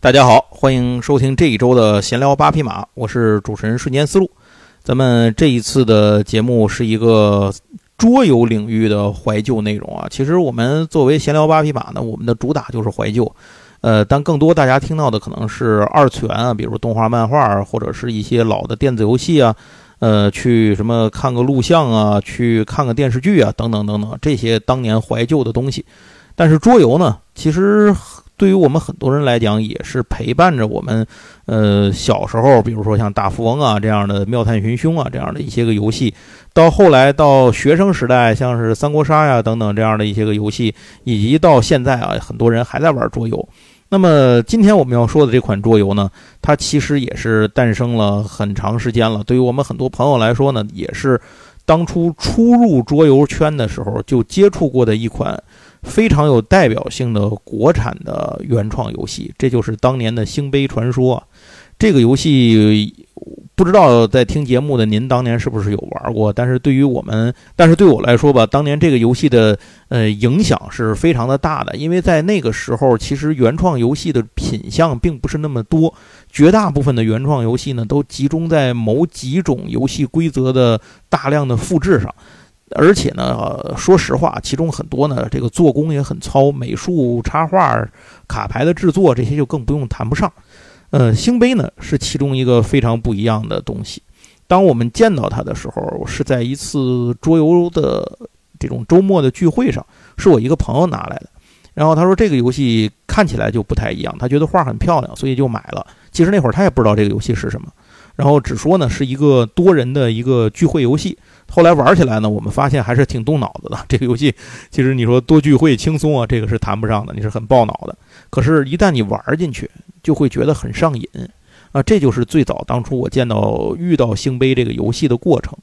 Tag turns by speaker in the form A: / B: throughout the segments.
A: 大家好，欢迎收听这一周的闲聊八匹马，我是主持人瞬间思路。咱们这一次的节目是一个桌游领域的怀旧内容啊。其实我们作为闲聊八匹马呢，我们的主打就是怀旧，呃，但更多大家听到的可能是二次元啊，比如动画、漫画啊，或者是一些老的电子游戏啊，呃，去什么看个录像啊，去看个电视剧啊，等等等等，这些当年怀旧的东西。但是桌游呢，其实对于我们很多人来讲，也是陪伴着我们，呃，小时候，比如说像大富翁啊这样的妙探寻凶啊这样的一些个游戏，到后来到学生时代，像是三国杀呀、等等这样的一些个游戏，以及到现在啊，很多人还在玩桌游。那么今天我们要说的这款桌游呢，它其实也是诞生了很长时间了。对于我们很多朋友来说呢，也是当初初入桌游圈的时候就接触过的一款非常有代表性的国产的原创游戏，这就是当年的《星杯传说》啊。这个游戏不知道在听节目的您当年是不是有玩过，但是对于我们，但是对我来说吧，当年这个游戏的呃影响是非常的大的，因为在那个时候，其实原创游戏的品相并不是那么多，绝大部分的原创游戏呢都集中在某几种游戏规则的大量的复制上。而且呢，呃说实话，其中很多呢，这个做工也很糙，美术、插画、卡牌的制作这些就更不用谈不上。呃，星杯呢是其中一个非常不一样的东西。当我们见到它的时候，是在一次桌游的这种周末的聚会上，是我一个朋友拿来的。然后他说这个游戏看起来就不太一样，他觉得画很漂亮，所以就买了。其实那会儿他也不知道这个游戏是什么，然后只说呢是一个多人的一个聚会游戏。后来玩起来呢，我们发现还是挺动脑子的。 这个游戏其实你说多聚会轻松啊，这个是谈不上的，你是很爆脑的。可是，一旦你玩进去，就会觉得很上瘾啊！这就是最早当初我见到遇到星杯这个游戏的过程。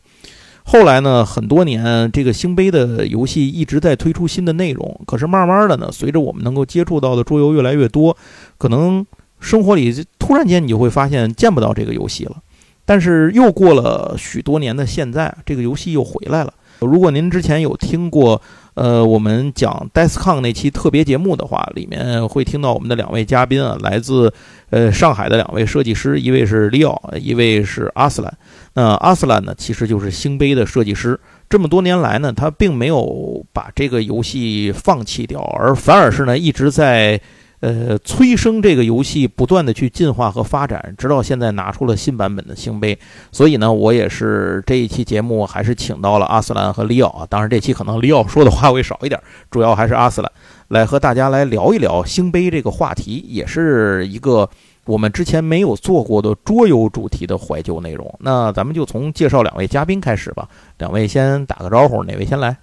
A: 后来呢，很多年这个星杯的游戏一直在推出新的内容，可是慢慢的呢，随着我们能够接触到的桌游越来越多，可能生活里突然间你就会发现见不到这个游戏了。但是又过了许多年的现在，这个游戏又回来了。如果您之前有听过，呃，我们讲 DESCON 那期特别节目的话，里面会听到我们的两位嘉宾啊，来自呃上海的两位设计师，一位是利奥，一位是阿斯兰。那阿斯兰呢，其实就是星杯的设计师。这么多年来呢，他并没有把这个游戏放弃掉，而反而是呢一直在。呃，催生这个游戏不断的去进化和发展，直到现在拿出了新版本的星杯。所以呢，我也是这一期节目还是请到了阿斯兰和里奥啊。当然，这期可能里奥说的话会少一点，主要还是阿斯兰来和大家来聊一聊星杯这个话题，也是一个我们之前没有做过的桌游主题的怀旧内容。那咱们就从介绍两位嘉宾开始吧，两位先打个招呼，哪位先来？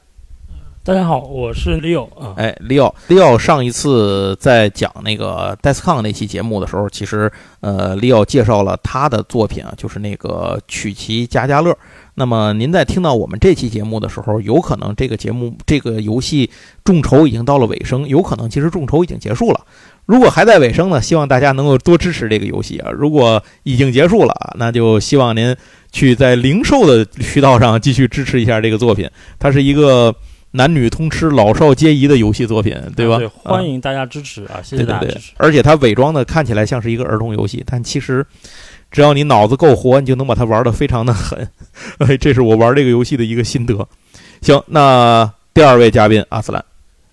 B: 大家好，我是 Leo 啊。
A: 哎，利奥，利奥上一次在讲那个 DESCON 那期节目的时候，其实呃，利奥介绍了他的作品啊，就是那个曲奇加加乐。那么您在听到我们这期节目的时候，有可能这个节目这个游戏众筹已经到了尾声，有可能其实众筹已经结束了。如果还在尾声呢，希望大家能够多支持这个游戏啊。如果已经结束了啊，那就希望您去在零售的渠道上继续支持一下这个作品。它是一个男女通吃、老少皆宜的游戏作品，对吧？
B: 对，
A: 啊
B: 欢迎大家支持啊！谢谢大家
A: 对对
B: 支
A: 对
B: 持，。
A: 而且它伪装的看起来像是一个儿童游戏，但其实只要你脑子够活，你就能把它玩的非常的狠。 哎，这是我玩这个游戏的一个心得。行，那第二位嘉宾阿斯兰，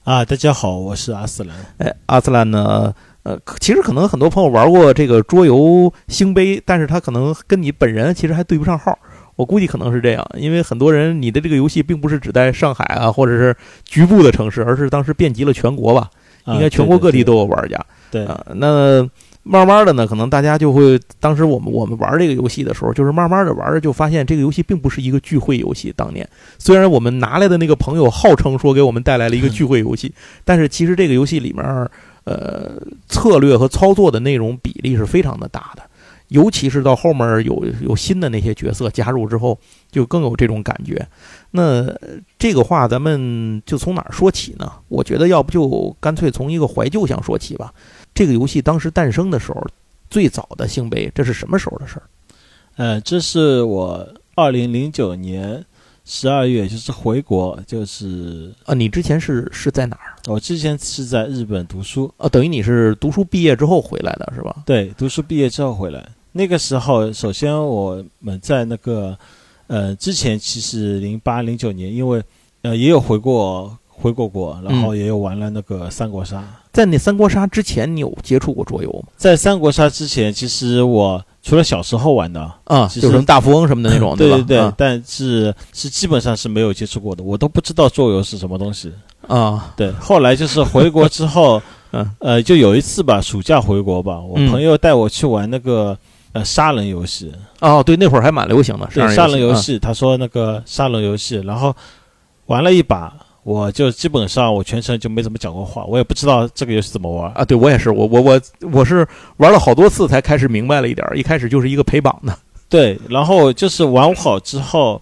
C: 啊，大家好，我是阿斯兰。
A: 哎，阿斯兰呢？呃，可其实可能很多朋友玩过这个桌游星杯，但是他可能跟你本人其实还对不上号。我估计可能是这样，因为很多人你的这个游戏并不是只在上海啊，或者是局部的城市，而是当时遍及了全国吧，
C: 啊
A: 应该全国各地都有玩家。
C: 对对对
A: 啊、那慢慢的呢，可能大家就会，当时我们我们玩这个游戏的时候，就是慢慢的玩着就发现这个游戏并不是一个聚会游戏。当年虽然我们拿来的那个朋友号称说给我们带来了一个聚会游 戏，但是其实这个游戏里面，呃，策略和操作的内容比例是非常的大的。尤其是到后面有有新的那些角色加入之后，就更有这种感觉。那这个话咱们就从哪儿说起呢？我觉得要不就干脆从一个怀旧项说起吧。这个游戏当时诞生的时候，最早的星杯，这是什么时候的事儿？
C: 呃，这是我二零零九年十二月，就是回国，就是
A: 啊，你之前是是在哪儿？
C: 我之前是在日本读书，
A: 呃，等于你是读书毕业之后回来的是吧？
C: 对，读书毕业之后回来，那个时候，首先我们在那个，呃，之前其实零八零九年，因为呃也有回过回过国，
A: 嗯
C: 然后也有玩了那个三国杀。
A: 在那三国杀之前，你有接触过桌游吗？
C: 在三国杀之前，其实我除了小时候玩的，
A: 啊、
C: 其
A: 就
C: 实
A: 是大富翁什么的那 种，
C: 对
A: 吧？
C: 对对，
A: 啊
C: 但是是基本上是没有接触过的，我都不知道桌游是什么东西。
A: 啊，，
C: 对，后来就是回国之后
A: 嗯
C: 呃，就有一次吧，暑假回国吧，我
A: 嗯
C: 朋友带我去玩那个呃杀人游戏，
A: 哦，对，那会儿还蛮流行的，
C: 对
A: 杀
C: 杀人游，戏，他说那个杀人游戏，然后玩了一把，我就基本上我全程就没怎么讲过话，我也不知道这个游戏怎么玩
A: 啊。啊，对我也是，我我我我是玩了好多次才开始明白了一点儿，一开始就是一个陪绑的，
C: 对，然后就是玩好之后，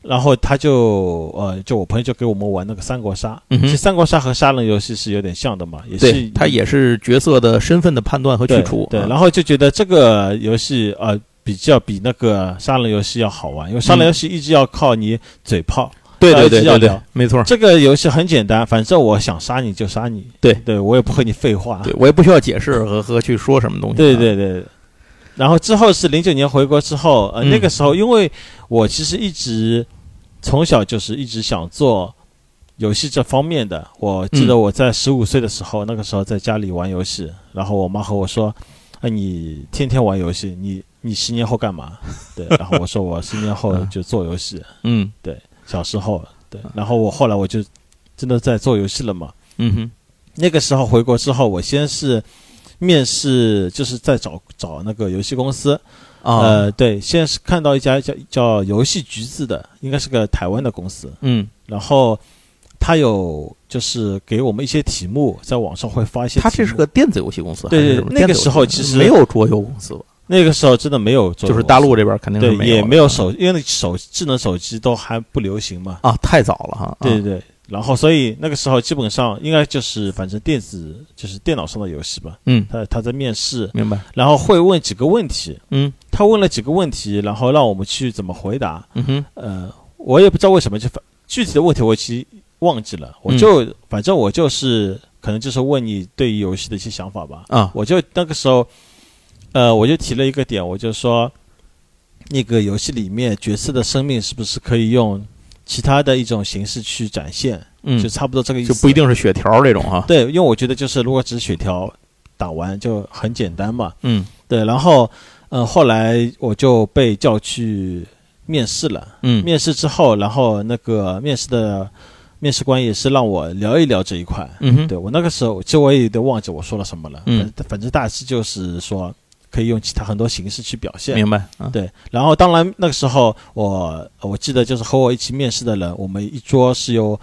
C: 然后他就呃，就我朋友就给我们玩那个三国杀，
A: 嗯
C: 其实三国杀和杀人游戏是有点像的嘛，也
A: 对
C: 是，
A: 它也是角色的身份的判断和
C: 对
A: 去除，
C: 对，
A: 啊
C: 然后就觉得这个游戏呃比较比那个杀人游戏要好玩，因为杀
A: 嗯
C: 人游戏一直要靠你嘴炮。
A: 对对
C: 还
A: 对
C: 有
A: 对
C: 资料
A: 对
C: 聊，
A: 没错儿，
C: 这个游戏很简单，反正我想杀你就杀你，
A: 对
C: 对我也不和你废话，
A: 对我也不需要解释和和去说什么东西，啊
C: 对对对。然后之后是零九年回国之后，呃，
A: 嗯
C: 那个时候因为我其实一直从小就是一直想做游戏这方面的。我记得我在十五岁的时候，那个时候在家里玩游戏，然后我妈和我说：“啊、你天天玩游戏，你你十年后干嘛？”对，然后我说我十年后就做游戏。
A: 嗯
C: 小时候对，然后我后来我就真的在做游戏了嘛。
A: 嗯哼，
C: 那个时候回国之后，我先是面试，就是在找找那个游戏公司。
A: 啊，
C: 呃，对，先是看到一家叫叫游戏橘子的，应该是个台湾的公司。
A: 嗯，
C: 然后他有就是给我们一些题目，在网上会发一些题目。
A: 它这是个电子游戏公司，
C: 对
A: 还是
C: 对
A: 什么
C: 那
A: 电
C: 个
A: 子游
C: 时候
A: 戏
C: 其
A: 公司
C: 实
A: 没有桌游公司吧，
C: 那个时候真的没有做，
A: 就是大陆这边肯定是
C: 对
A: 没有
C: 也
A: 的
C: 没有手，因为手智能手机都还不流行嘛。
A: 啊，太早了哈，啊
C: 对对对。然后，所以那个时候基本上应该就是，反正电子就是电脑上的游戏吧。
A: 嗯，
C: 他他在面试，
A: 明白，
C: 然后会问几个问题，
A: 嗯
C: 他问了几个问题，然后让我们去怎么回答。
A: 嗯哼，
C: 呃，我也不知道为什么，就反具体的问题我其实忘记
A: 嗯
C: 了，我就、反正我就是可能就是问你对于游戏的一些想法吧。
A: 啊，
C: 我就那个时候，呃，我就提了一个点，我就说，那个游戏里面角色的生命是不是可以用其他的一种形式去展现？
A: 嗯
C: 就，差不多这个意思。
A: 就不一定是血条这种哈，
C: 对，因为我觉得就是如果只是血条打完就很简单嘛。
A: 嗯
C: 对，然后，呃，后来我就被叫去面试了。
A: 嗯，
C: 面试之后，然后那个面试的面试官也是让我聊一聊这一块。
A: 嗯哼，
C: 对我那个时候，其实我也有点忘记我说了什么了。
A: 嗯
C: 反正，反正大致就是说，可以用其他很多形式去表现。
A: 明白啊，
C: 对，然后当然那个时候我我记得就是和我一起面试的人，我们一桌是有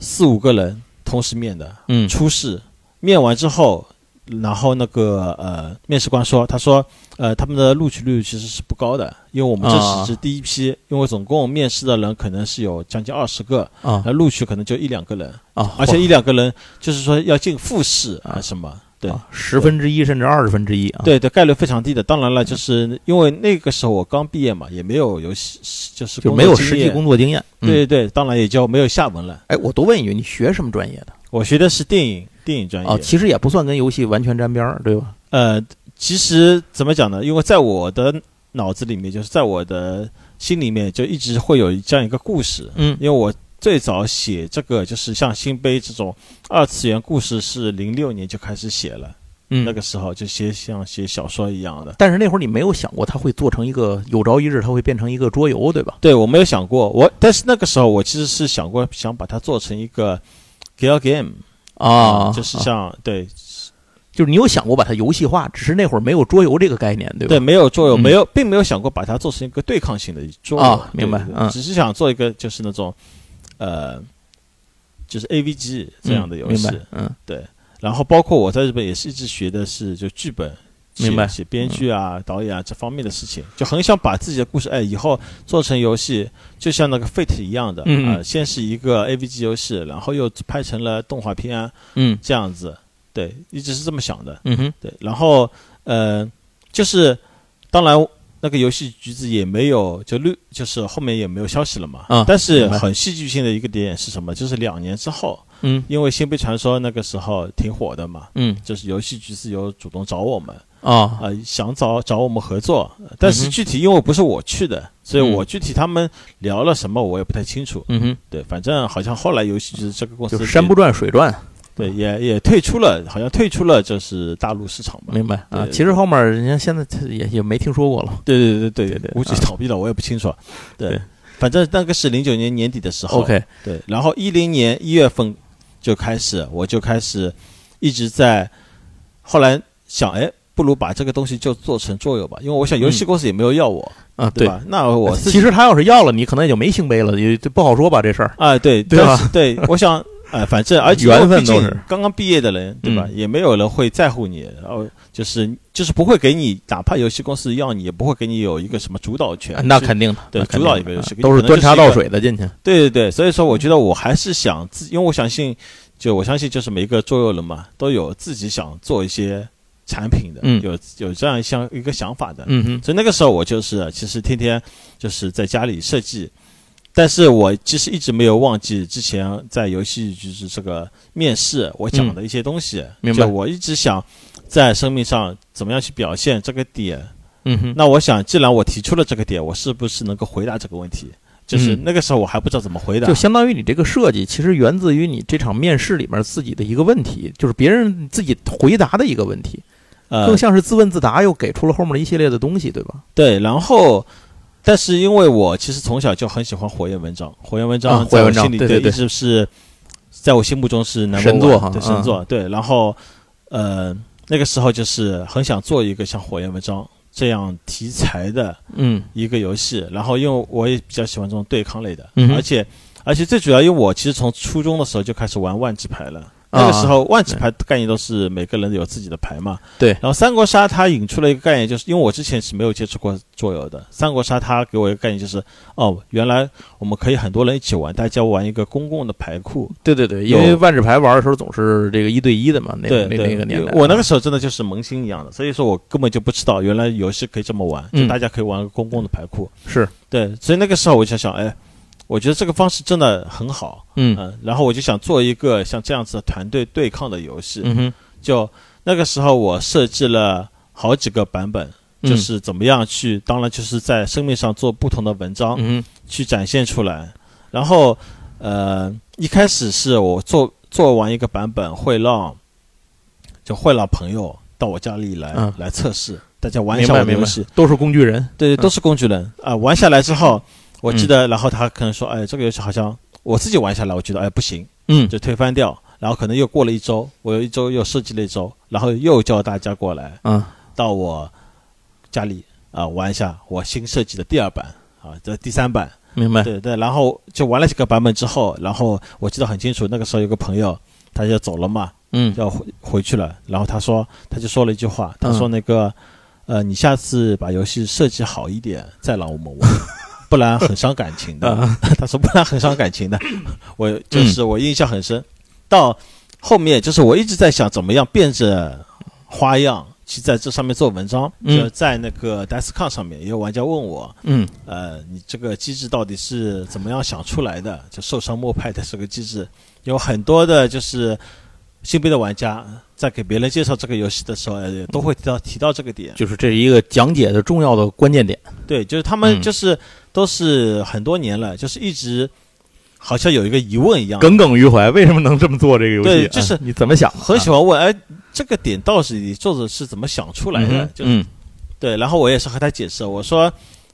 C: 四五个人同时面的，
A: 嗯
C: 初试面完之后，然后那个呃，面试官说，他说，呃，他们的录取率其实是不高的，因为我们这
A: 啊
C: 是是第一批，因为总共面试的人可能是有将近二十个，
A: 啊
C: 而录取可能就一两个人，
A: 啊，
C: 而且一两个人就是说要进复试啊
A: 啊
C: 什么，对。
A: 啊十分之一甚至二十分之一啊，
C: 对对，概率非常低的。当然了，就是因为那个时候我刚毕业嘛，也没有游戏，就是
A: 就
C: 工
A: 没
C: 作
A: 有
C: 经
A: 实际
C: 验
A: 工作经验，嗯
C: 对对对，当然也就没有下文了。
A: 哎，我多问一句，你学什么专业的？
C: 我学的是电影电影专业，
A: 哦，其实也不算跟游戏完全沾边儿，对吧？
C: 呃，其实怎么讲呢？因为在我的脑子里面，就是在我的心里面，就一直会有这样一个故事。
A: 嗯
C: 因为我最早写这个，就是像新杯这种二次元故事，是零六年就开始写了。
A: 嗯
C: 那个时候就写像写小说一样的。
A: 但是那会儿你没有想过它会做成一个，有朝一日它会变成一个桌游，对吧？
C: 对我没有想过，我但是那个时候我其实是想过想把它做成一个 girl game 嗯就是
A: 啊
C: 像对
A: 就是你有想过把它游戏化，只是那会儿没有桌游这个概念，对吧？
C: 对，没有作用，
A: 嗯
C: 没有，并没有想过把它做成一个对抗性的作用
A: 啊
C: 对
A: 明白
C: 对对
A: 嗯
C: 只是想做一个就是那种，呃，就是 AVG 这样的游戏。
A: 嗯明白嗯
C: 然后包括我在日本也是一直学的是就剧本，写
A: 明白嗯
C: 写编剧啊、导演啊这方面的事情，就很想把自己的故事，哎，以后做成游戏，就像那个 Fate 一样的，
A: 嗯嗯
C: 呃，先是一个 AVG 游戏，然后又拍成了动画片啊
A: 嗯
C: 这样子，对，一直是这么想的。
A: 嗯哼
C: 对，然后呃，就是当然那个游戏橘子也没有就绿，就是后面也没有消息了嘛。
A: 嗯
C: 但是
A: 明白
C: 很戏剧性的一个点是什么？就是两年之后，
A: 嗯
C: 因为《星杯传说》那个时候挺火的嘛，
A: 嗯
C: 就是游戏橘子有主动找我们，
A: 啊
C: 呃，想找找我们合作，但
A: 嗯
C: 是
A: 哼
C: 具体因为不是我去的，所以
A: 嗯
C: 我具体他们聊了什么我也不太清楚。
A: 嗯哼，
C: 对，反正好像后来游戏就是这个公司
A: 就是山不转水转，
C: 对也也退出了，好像退出了就是大陆市场吧。
A: 明白啊？
C: 对
A: 其实后面人家现在也也没听说过了。
C: 对对对对
A: 对对
C: 估计
A: 啊
C: 倒闭了，我也不清楚。
A: 对，
C: 反正那个是零九年年底的时候。
A: OK，
C: 对，然后一零年一月份就开始，我就开始一直在，后来想，哎，不如把这个东西就做成桌游吧，因为我想游戏公司也没有要我，
A: 啊
C: 对
A: 对，
C: 吧？那我自己
A: 其实他要是要了你，可能也就没星杯了，也就不好说吧这事儿。
C: 啊，对
A: 对吧
C: 但是对，我想。哎，反正而且
A: 缘分
C: 毕竟
A: 都是
C: 刚刚毕业的人，对吧？
A: 嗯
C: 也没有人会在乎你，然后就是就是不会给你，哪怕游戏公司要你，也不会给你有一个什么主导权
A: 啊。那
C: 就
A: 肯定的，
C: 对
A: 那肯定
C: 主导
A: 的
C: 一个游戏
A: 啊都是端茶倒水的进去。
C: 对对对，所以说我觉得我还是想自，因为我相信，就我相信就是每一个桌游人嘛，都有自己想做一些产品的，
A: 嗯
C: 有有这样一项一个想法的。
A: 嗯哼，
C: 所以那个时候我就是其实天天就是在家里设计，但是我其实一直没有忘记之前在游戏就是这个面试我讲的一些东西，
A: 嗯明白
C: 就我一直想在生命上怎么样去表现这个点，
A: 嗯哼，
C: 那我想，既然我提出了这个点，我是不是能够回答这个问题？就是
A: 嗯
C: 那个时候我还不知道怎么回答
A: 就。相当于你这个设计，其实源自于你这场面试里面自己的一个问题，就是别人自己回答的一个问题，
C: 呃
A: 更，像是自问自答，又给出了后面的一系列的东西，对吧？
C: 对，然后，但是因为我其实从小就很喜欢火焰文章，火焰文
A: 啊
C: 章
A: 火
C: 在
A: 焰
C: 我
A: 文章
C: 心里
A: 对
C: 对
A: 对对
C: 一直是在我心目中是 number
A: 神作
C: one，
A: 哈
C: 对
A: 嗯
C: 神作对。然后，呃，那个时候就是很想做一个像火焰文章这样题材的
A: 嗯
C: 一个游戏，然后因为我也比较喜欢这种对抗类的，
A: 嗯哼
C: 而且而且最主要，因为我其实从初中的时候就开始玩万智牌了。
A: 啊
C: 那个时候，万智牌概念都是每个人有自己的牌嘛。
A: 对
C: 然后三国杀它引出了一个概念，就是因为我之前是没有接触过桌游的。三国杀它给我一个概念，就是哦，原来我们可以很多人一起玩，大家玩一个公共的牌库。
A: 对对对，因
C: 有
A: 为万智牌玩的时候总是这个一对一的嘛，那
C: 对
A: 那
C: 对，
A: 那个年代，啊
C: 我那个时候真的就是萌新一样的，所以说我根本就不知道原来游戏可以这么玩，就
A: 嗯
C: 大家可以玩个公共的牌库。
A: 是
C: 对，所以那个时候我就想，哎，我觉得这个方式真的很好，
A: 嗯
C: 嗯、然后我就想做一个像这样子的团队对抗的游戏，
A: 嗯哼，
C: 就那个时候我设计了好几个版本，
A: 嗯
C: 就是怎么样去，当然就是在生命上做不同的文章、
A: 嗯
C: 去展现出来，然后呃，一开始是我做做完一个版本会让，就会让朋友到我家里来、
A: 嗯
C: 来测试。大家玩一
A: 明
C: 下
A: 白
C: 我的
A: 明
C: 游
A: 白
C: 戏，，
A: 都是工具人，
C: 对，
A: 嗯
C: 都是工具人啊、玩下来之后，我记得，然后他可能说，哎，这个游戏好像我自己玩下来，我觉得哎不行，
A: 嗯
C: 就推翻掉。然后可能又过了一周，我又一周又设计了一周，然后又叫大家过来
A: 啊
C: 到我家里啊、玩一下我新设计的第二版啊，这第三版，
A: 明白，
C: 对对。然后就玩了几个版本之后，然后我记得很清楚，那个时候有个朋友他就走了嘛，
A: 嗯
C: 要回回去了。然后他说，他就说了一句话，他说
A: 嗯
C: 那个，呃，你下次把游戏设计好一点，再让我们玩，不然很伤感 情的。
A: 啊
C: 他说不然很伤感 情的。我就是
A: 嗯
C: 我印象很深，到后面就是我一直在想怎么样变着花样去在这上面做文章，
A: 嗯
C: 就在那个 Deskcon 上面，也有玩家问我，
A: 嗯
C: 呃，你这个机制到底是怎么样想出来的？就受伤莫派的这个机制，有很多的就是新兵的玩家在给别人介绍这个游戏的时候，呃、都会提到提到这个点。
A: 就是这是一个讲解的重要的关键点，
C: 对，就是他们
A: 嗯
C: 就是、都是很多年了，就是一直好像有一个疑问一样，
A: 耿耿于怀，为什么能这么做这个游戏？
C: 啊对就是
A: 啊你怎么想的？
C: 很喜
A: 啊
C: 欢问，哎，这个点到底你作者是怎么想出来的？
A: 嗯哼
C: 就是
A: 嗯
C: 对，然后我也是和他解释，我说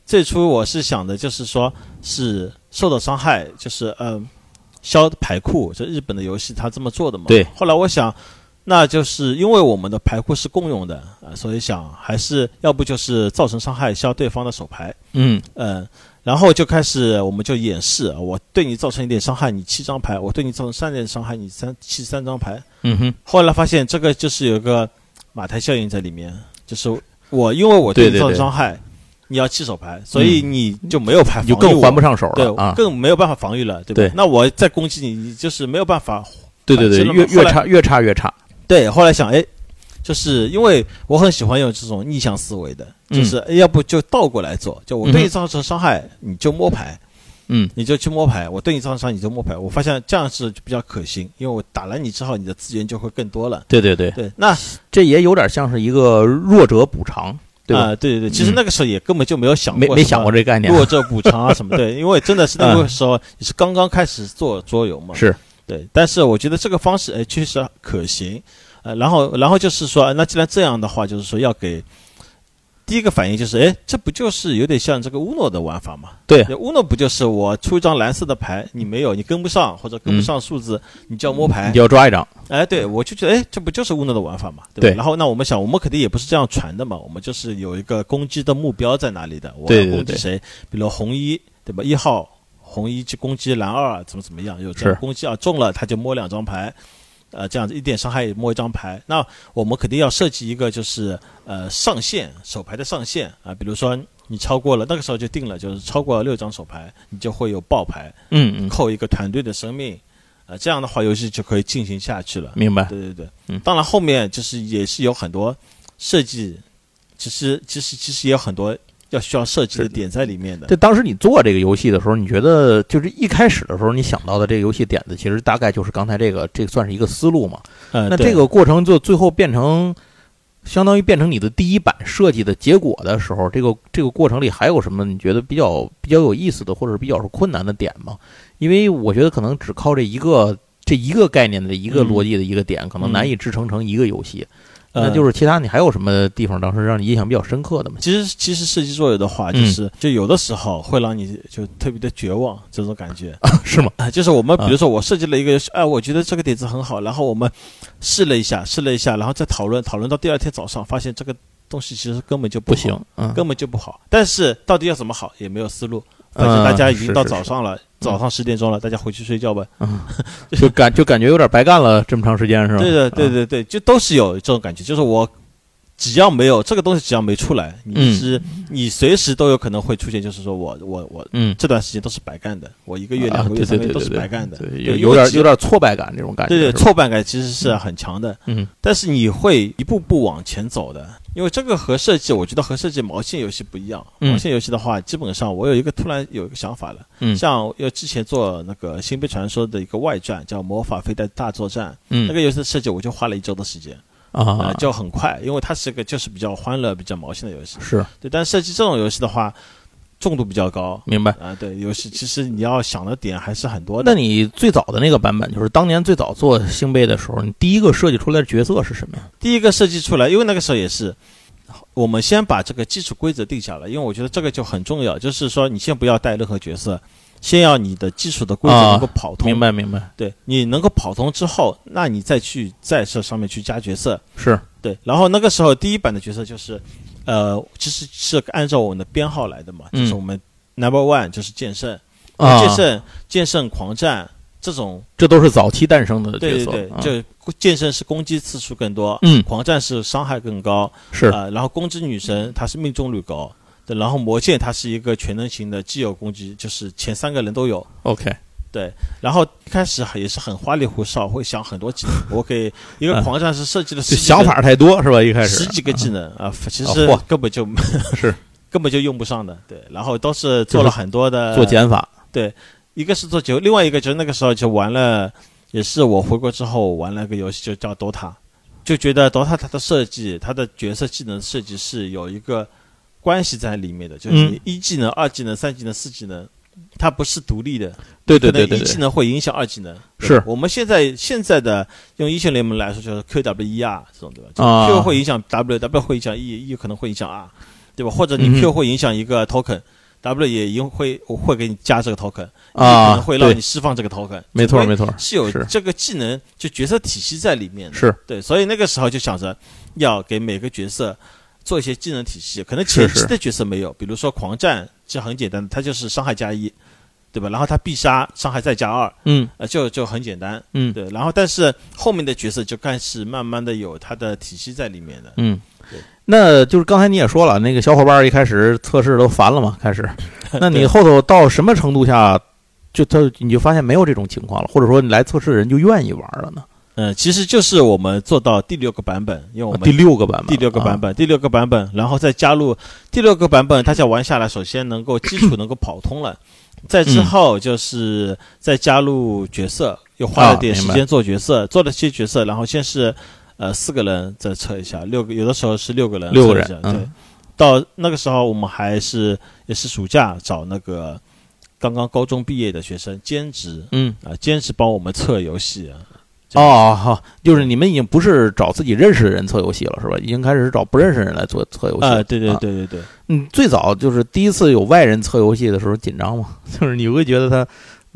C: 最初我是想的就是说是受到伤害，就是嗯消牌库，这日本的游戏他这么做的嘛。
A: 对。
C: 后来我想，那就是因为我们的牌库是共用的啊、所以想还是要不就是造成伤害消对方的手牌，
A: 嗯
C: 嗯。然后就开始，我们就演示，我对你造成一点伤害，你七张牌；我对你造成三点伤害，你三七三张牌。
A: 嗯哼，
C: 后来发现这个就是有一个马太效应在里面，就是我因为我对你
A: 对对对
C: 造成伤害，你要弃手牌，所以你就没有牌
A: 嗯
C: 防
A: 你
C: 御
A: 就
C: 我，
A: 更还不上手
C: 对
A: 了，啊！
C: 更没有办法防御了，对吧？
A: 对
C: 那我再攻击你，你就是没有办法。
A: 对对对，
C: 反制
A: 越越
C: 了嘛后来
A: 差越差越差，
C: 对，后来想，哎，就是因为我很喜欢用这种逆向思维的，
A: 嗯
C: 就是、哎要不就倒过来做，就我对你造成伤害，你就摸牌，
A: 嗯
C: 你就去摸牌；我对你造成伤害，你就摸牌。我发现这样是比较可行，因为我打了你之后，你的资源就会更多了。
A: 对对对，
C: 对，那
A: 这也有点像是一个弱者补偿，对吧？
C: 啊、对对对，其实
A: 嗯
C: 那个时候也根本就没有想过
A: 没
C: 什么，
A: 没想过这个概念，
C: 啊弱者补偿啊什么，对，因为真的是 那个时候你是刚刚开始做桌游嘛，
A: 是，
C: 对，但是我觉得这个方式哎确实可行，呃，然后然后就是说，那既然这样的话，就是说要给第一个反应就是哎，这不就是有点像这个乌诺的玩法嘛？
A: 对
C: 乌诺不就是我出一张蓝色的牌，你没有，你跟不上或者跟不上数字，你就要摸
A: 嗯
C: 牌
A: 你就，要抓一张，
C: 哎，对，我就觉得，哎，这不就是乌诺的玩法嘛，对吧？
A: 对
C: 然后那我们想，我们肯定也不是这样传的嘛，我们就是有一个攻击的目标在哪里的，我
A: 对
C: 要
A: 对
C: 攻击
A: 对
C: 谁？比如红一，对吧？一号红一去攻击蓝二，怎么怎么样？有这样
A: 是
C: 攻击啊，中了他就摸两张牌，呃，这样子一点伤害也摸一张牌。那我们肯定要设计一个就是呃上限手牌的上限啊，比如说你超过了，那个时候就定了，就是超过六张手牌，你就会有爆牌，
A: 嗯嗯，
C: 扣一个团队的生命。啊，这样的话游戏就可以进行下去了。
A: 明白，
C: 对对对，
A: 嗯
C: 当然后面就是也是有很多设计，其实其实其实也有很多要需要设计的
A: 是的
C: 点在里面的。
A: 这当时你做这个游戏的时候，你觉得就是一开始的时候，你想到的这个游戏点子，其实大概就是刚才这个，这算是一个思路嘛？
C: 嗯，
A: 那
C: 对
A: 这个过程就最后变成，相当于变成你的第一版设计的结果的时候，这个这个过程里还有什么你觉得比较比较有意思的，或者是比较是困难的点吗？因为我觉得可能只靠这一个这一个概念的一个
C: 嗯
A: 逻辑的一个点，可能
C: 嗯
A: 难以支撑成一个游戏。
C: 呃
A: 那就是其他你还有什么地方当时让你印象比较深刻的吗？
C: 其实其实设计作业的话，就
A: 嗯
C: 是、就有的时候会让你就特别的绝望这种感觉。
A: 是吗？
C: 啊，就是我们
A: 啊
C: 比如说我设计了一个游戏，哎，我觉得这个点子很好，然后我们试了一下，试了一下，然后再讨论，讨论到第二天早上，发现这个东西其实根本就
A: 不
C: 好
A: 行，，嗯，
C: 根本就不好。但是到底要怎么好也没有思路，
A: 嗯
C: 反正大家已经到早上了，早上十点钟了，大家回去睡觉吧。
A: 嗯就感就感觉有点白干了这么长时间是吧？
C: 对的，对
A: 啊，
C: 对对，就都是有这种感觉，就是我只要没有这个东西，只要没出来，你
A: 嗯
C: 是、你随时都有可能会出现，就是说我我我
A: 嗯，
C: 这段时间都是白干的，我一个
A: 一
C: 月、两
A: 啊
C: 个月、
A: 对
C: 三个
A: 对
C: 月
A: 对
C: 都
A: 对
C: 是
A: 对
C: 白干的，
A: 对
C: 对
A: 有
C: 因为
A: 有点
C: 只
A: 有点挫败感这种感觉，
C: 对对
A: 是吧
C: 挫败感其实是很强的，
A: 嗯
C: 但是你会一步步往前走的，因为这个和设计，我觉得和设计毛线游戏不一样。
A: 嗯
C: 毛线游戏的话，基本上我有一个突然有一个想法了，
A: 嗯
C: 像要之前做那个《新杯传说》的一个外传叫《魔法飞弹大作战》，那
A: 嗯
C: 个游戏的设计我就花了一周的时间，
A: 啊
C: 呃，，就很快，因为它是一个就是比较欢乐、比较毛线的游戏。
A: 是
C: 对，但设计这种游戏的话，重度比较高
A: 明白。
C: 啊、对，游戏其实你要想的点还是很多的。
A: 那你最早的那个版本，就是当年最早做星杯的时候，你第一个设计出来的角色是什么呀？
C: 第一个设计出来，因为那个时候也是，我们先把这个基础规则定下来，因为我觉得这个就很重要，就是说你先不要带任何角色，先要你的基础的规则
A: 啊
C: 能够跑通，
A: 明？白明白，
C: 对，你能够跑通之后，那你再去在这上面去加角色，
A: 是
C: 对。然后那个时候第一版的角色就是，呃，其实是按照我们的编号来的嘛，
A: 嗯
C: 就是我们 number one 就是剑圣，
A: 啊，
C: 剑圣剑圣狂战这种，
A: 这都是早期诞生的角
C: 对
A: 色，
C: 对
A: 啊
C: 对，就剑圣是攻击次数更多，
A: 嗯
C: 狂战是伤害更高。
A: 是
C: 啊、然后攻击女神她是命中率高，对，然后魔剑它是一个全能型的基友攻击，就是前三个人都有。
A: OK，
C: 然后一开始也是很花里胡哨，会想很多技能。我给一个
A: 嗯
C: 狂战士设计了十
A: 就
C: 几个
A: 想法太多是吧？一开始
C: 十几个技能啊，其
A: 啊
C: 实
A: 嚯
C: 根本就是根本就用不上的。对，然后都是做了很多的
A: 做减法，
C: 一个是做酒，另外一个就是那个时候就玩了，也是我回国之后玩了个游戏，就叫 DOTA，就觉得 DOTA 它的设计，它的角色技能设计是有一个关系在里面的，就是
A: 嗯
C: 你一技能、二技能、三技能、四技能，它不是独立的，
A: 对对
C: 可能
A: 对对
C: 一技
A: 对，
C: 能会影响二技能。对
A: 是
C: 吧我们现在现在的用英雄联盟来说，就是 QWER 这种对吧？就是
A: 啊
C: Q 会影响 W，W 会影响 E，E 可能会影响 R，对吧？或者
A: 嗯哼
C: 你 Q 会影响一个 token，W 也影会我会给你加这个 token，你可
A: 啊，
C: 能会
A: 对
C: 让你释放这个 token。
A: 没错
C: 总归
A: 没错，
C: 是有
A: 是
C: 这个技能就角色体系在里面的。
A: 是
C: 对，所以那个时候就想着要给每个角色做一些技能体系，可能
A: 是
C: 前
A: 是
C: 期的角色没有，比如说狂战就很简单的，它就是伤害加一，对吧？然后它必杀，伤害再加二，
A: 嗯
C: 呃，就就很简单。
A: 嗯
C: 对，然后但是后面的角色就开始慢慢的有它的体系在里面的。
A: 嗯
C: 对，
A: 那就是刚才你也说了，那个小伙伴一开始测试都烦了嘛，开始， 那你
C: 对
A: 后头到什么程度下，就他你就发现没有这种情况了，或者说你来测试的人就愿意玩了呢？
C: 嗯，其实就是我们做到第六个版本，因为我
A: 啊
C: 们
A: 第六个版本，
C: 第六个版
A: 本，
C: 本，第六个版本，然后再加入第六个版本，大家玩下来，首先能够基础能够跑通了，
A: 嗯
C: 再之后就是再加入角色，又花
A: 啊
C: 了点时
A: 明
C: 间做角色，做了些角色，然后先是呃四个人再测一下，六个有的时候是六个人测
A: 六个
C: 一
A: 人
C: 下，
A: 嗯
C: 对，到那个时候我们还是也是暑假找那个刚刚高中毕业的学生兼职
A: 嗯，
C: 啊、兼职帮我们测游戏啊，这样
A: 哦，好，就是你们已经不是找自己认识的人测游戏了，是吧？已经开始找不认识的人来做测游戏
C: 啊、
A: 了。
C: 对对
A: 啊
C: 对对对。
A: 嗯，最早就是第一次有外人测游戏的时候紧张吗？ 就是你会觉得他。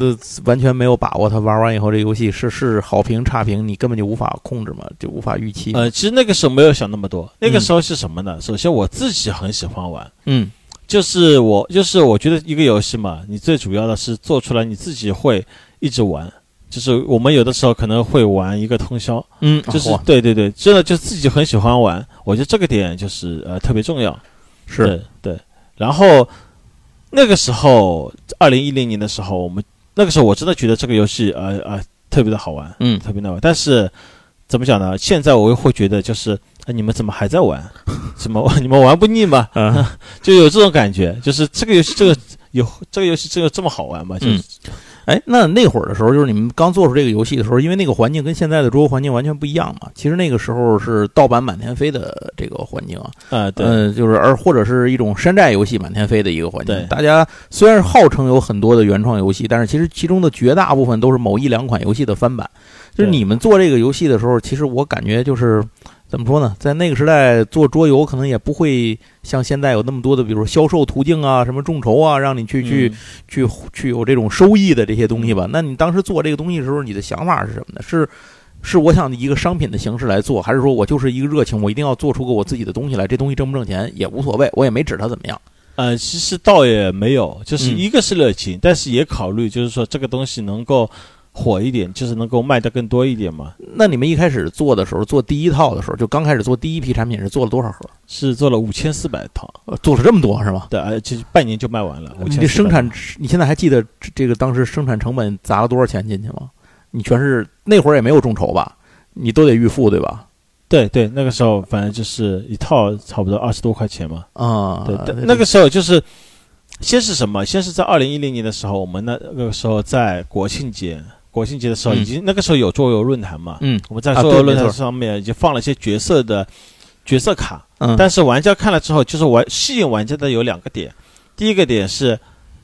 A: 呃，完全没有把握，他玩完以后这游戏是是好评差评，你根本就无法控制嘛，就无法预期。
C: 呃，其实那个时候没有想那么多，那个时候是什么呢？首先我自己很喜欢玩，
A: 嗯
C: 就是我就是我觉得一个游戏嘛，你最主要的是做出来你自己会一直玩。就是我们有的时候可能会玩一个通宵，
A: 嗯，
C: 就是、
A: 嚯
C: 对对对，真的就自己很喜欢玩，我觉得这个点就是呃特别重要。
A: 是
C: 对对。然后那个时候，二零一零年的时候，我们那个时候我真的觉得这个游戏呃呃特别的好玩，
A: 嗯
C: 特别的好玩。但是怎么讲呢？现在我又会觉得就是、呃你们怎么还在玩？ 怎么你们玩不腻吗？
A: 嗯，
C: 就有这种感觉，就是这个游戏这个有这个游戏这个这么好玩吗？就是、
A: 嗯哎，那那会儿的时候，就是你们刚做出这个游戏的时候，因为那个环境跟现在的桌游环境完全不一样嘛。其实那个时候是盗版满天飞的这个环境啊，
C: 啊对。
A: 嗯，就是而或者是一种山寨游戏满天飞的一个环境
C: 对。
A: 大家虽然号称有很多的原创游戏，但是其实其中的绝大部分都是某一两款游戏的翻版。就是
C: 对
A: 你们做这个游戏的时候，其实我感觉就是怎么说呢，在那个时代做桌游可能也不会像现在有那么多的，比如说销售途径啊、什么众筹啊，让你去去、
C: 嗯
A: 去去有这种收益的这些东西吧。那你当时做这个东西的时候，你的想法是什么呢？是是我想以一个商品的形式来做，还是说我就是一个热情，我一定要做出个我自己的东西来？这东西挣不挣钱也无所谓，我也没指它怎么样。
C: 呃，其实倒也没有，就是
A: 嗯
C: 一个是热情，但是也考虑就是说这个东西能够火一点，就是能够卖的更多一点嘛。
A: 那你们一开始做的时候，做第一套的时候，就刚开始做第一批产品是做了多少盒？
C: 是做了五千四百套，
A: 呃做了这么多是吗？
C: 对，而且半年就卖完了。
A: 你
C: 5400
A: 这生产，你现在还记得这这个当时生产成本砸了多少钱进去吗？你全是那会儿也没有众筹吧？你都得预付对吧？
C: 对对，那个时候反正就是一套差不多二十多块钱嘛。
A: 啊、
C: 对，但那个时候就是先是什么？先是在二零一零年的时候，我们那那个时候在国庆节，国庆节的时候
A: 嗯
C: 已经、那个时候有桌游论坛嘛，
A: 嗯
C: 我们在
A: 啊
C: 桌游
A: 对
C: 论
A: 没
C: 坛
A: 错
C: 上面已经放了一些角色的角色卡，
A: 嗯，
C: 但是玩家看了之后，就是玩吸引玩家的有两个点，第一个点是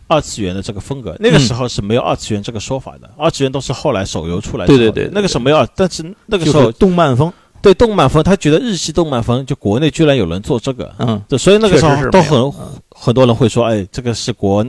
C: 二次元的这个风格，
A: 嗯
C: 那个时候是没有二次元这个说法的，二次元都是后来手游出来之后的，
A: 对对对对
C: 那个时候没有二，但是那个
A: 就
C: 时
A: 是
C: 候
A: 动漫风，
C: 对动漫风，他觉得日系动漫风就国内居然有人做这个，
A: 嗯，
C: 对，所以那个时
A: 确实
C: 候
A: 是
C: 都
A: 没有嗯
C: 很很多人会说，哎，这个是国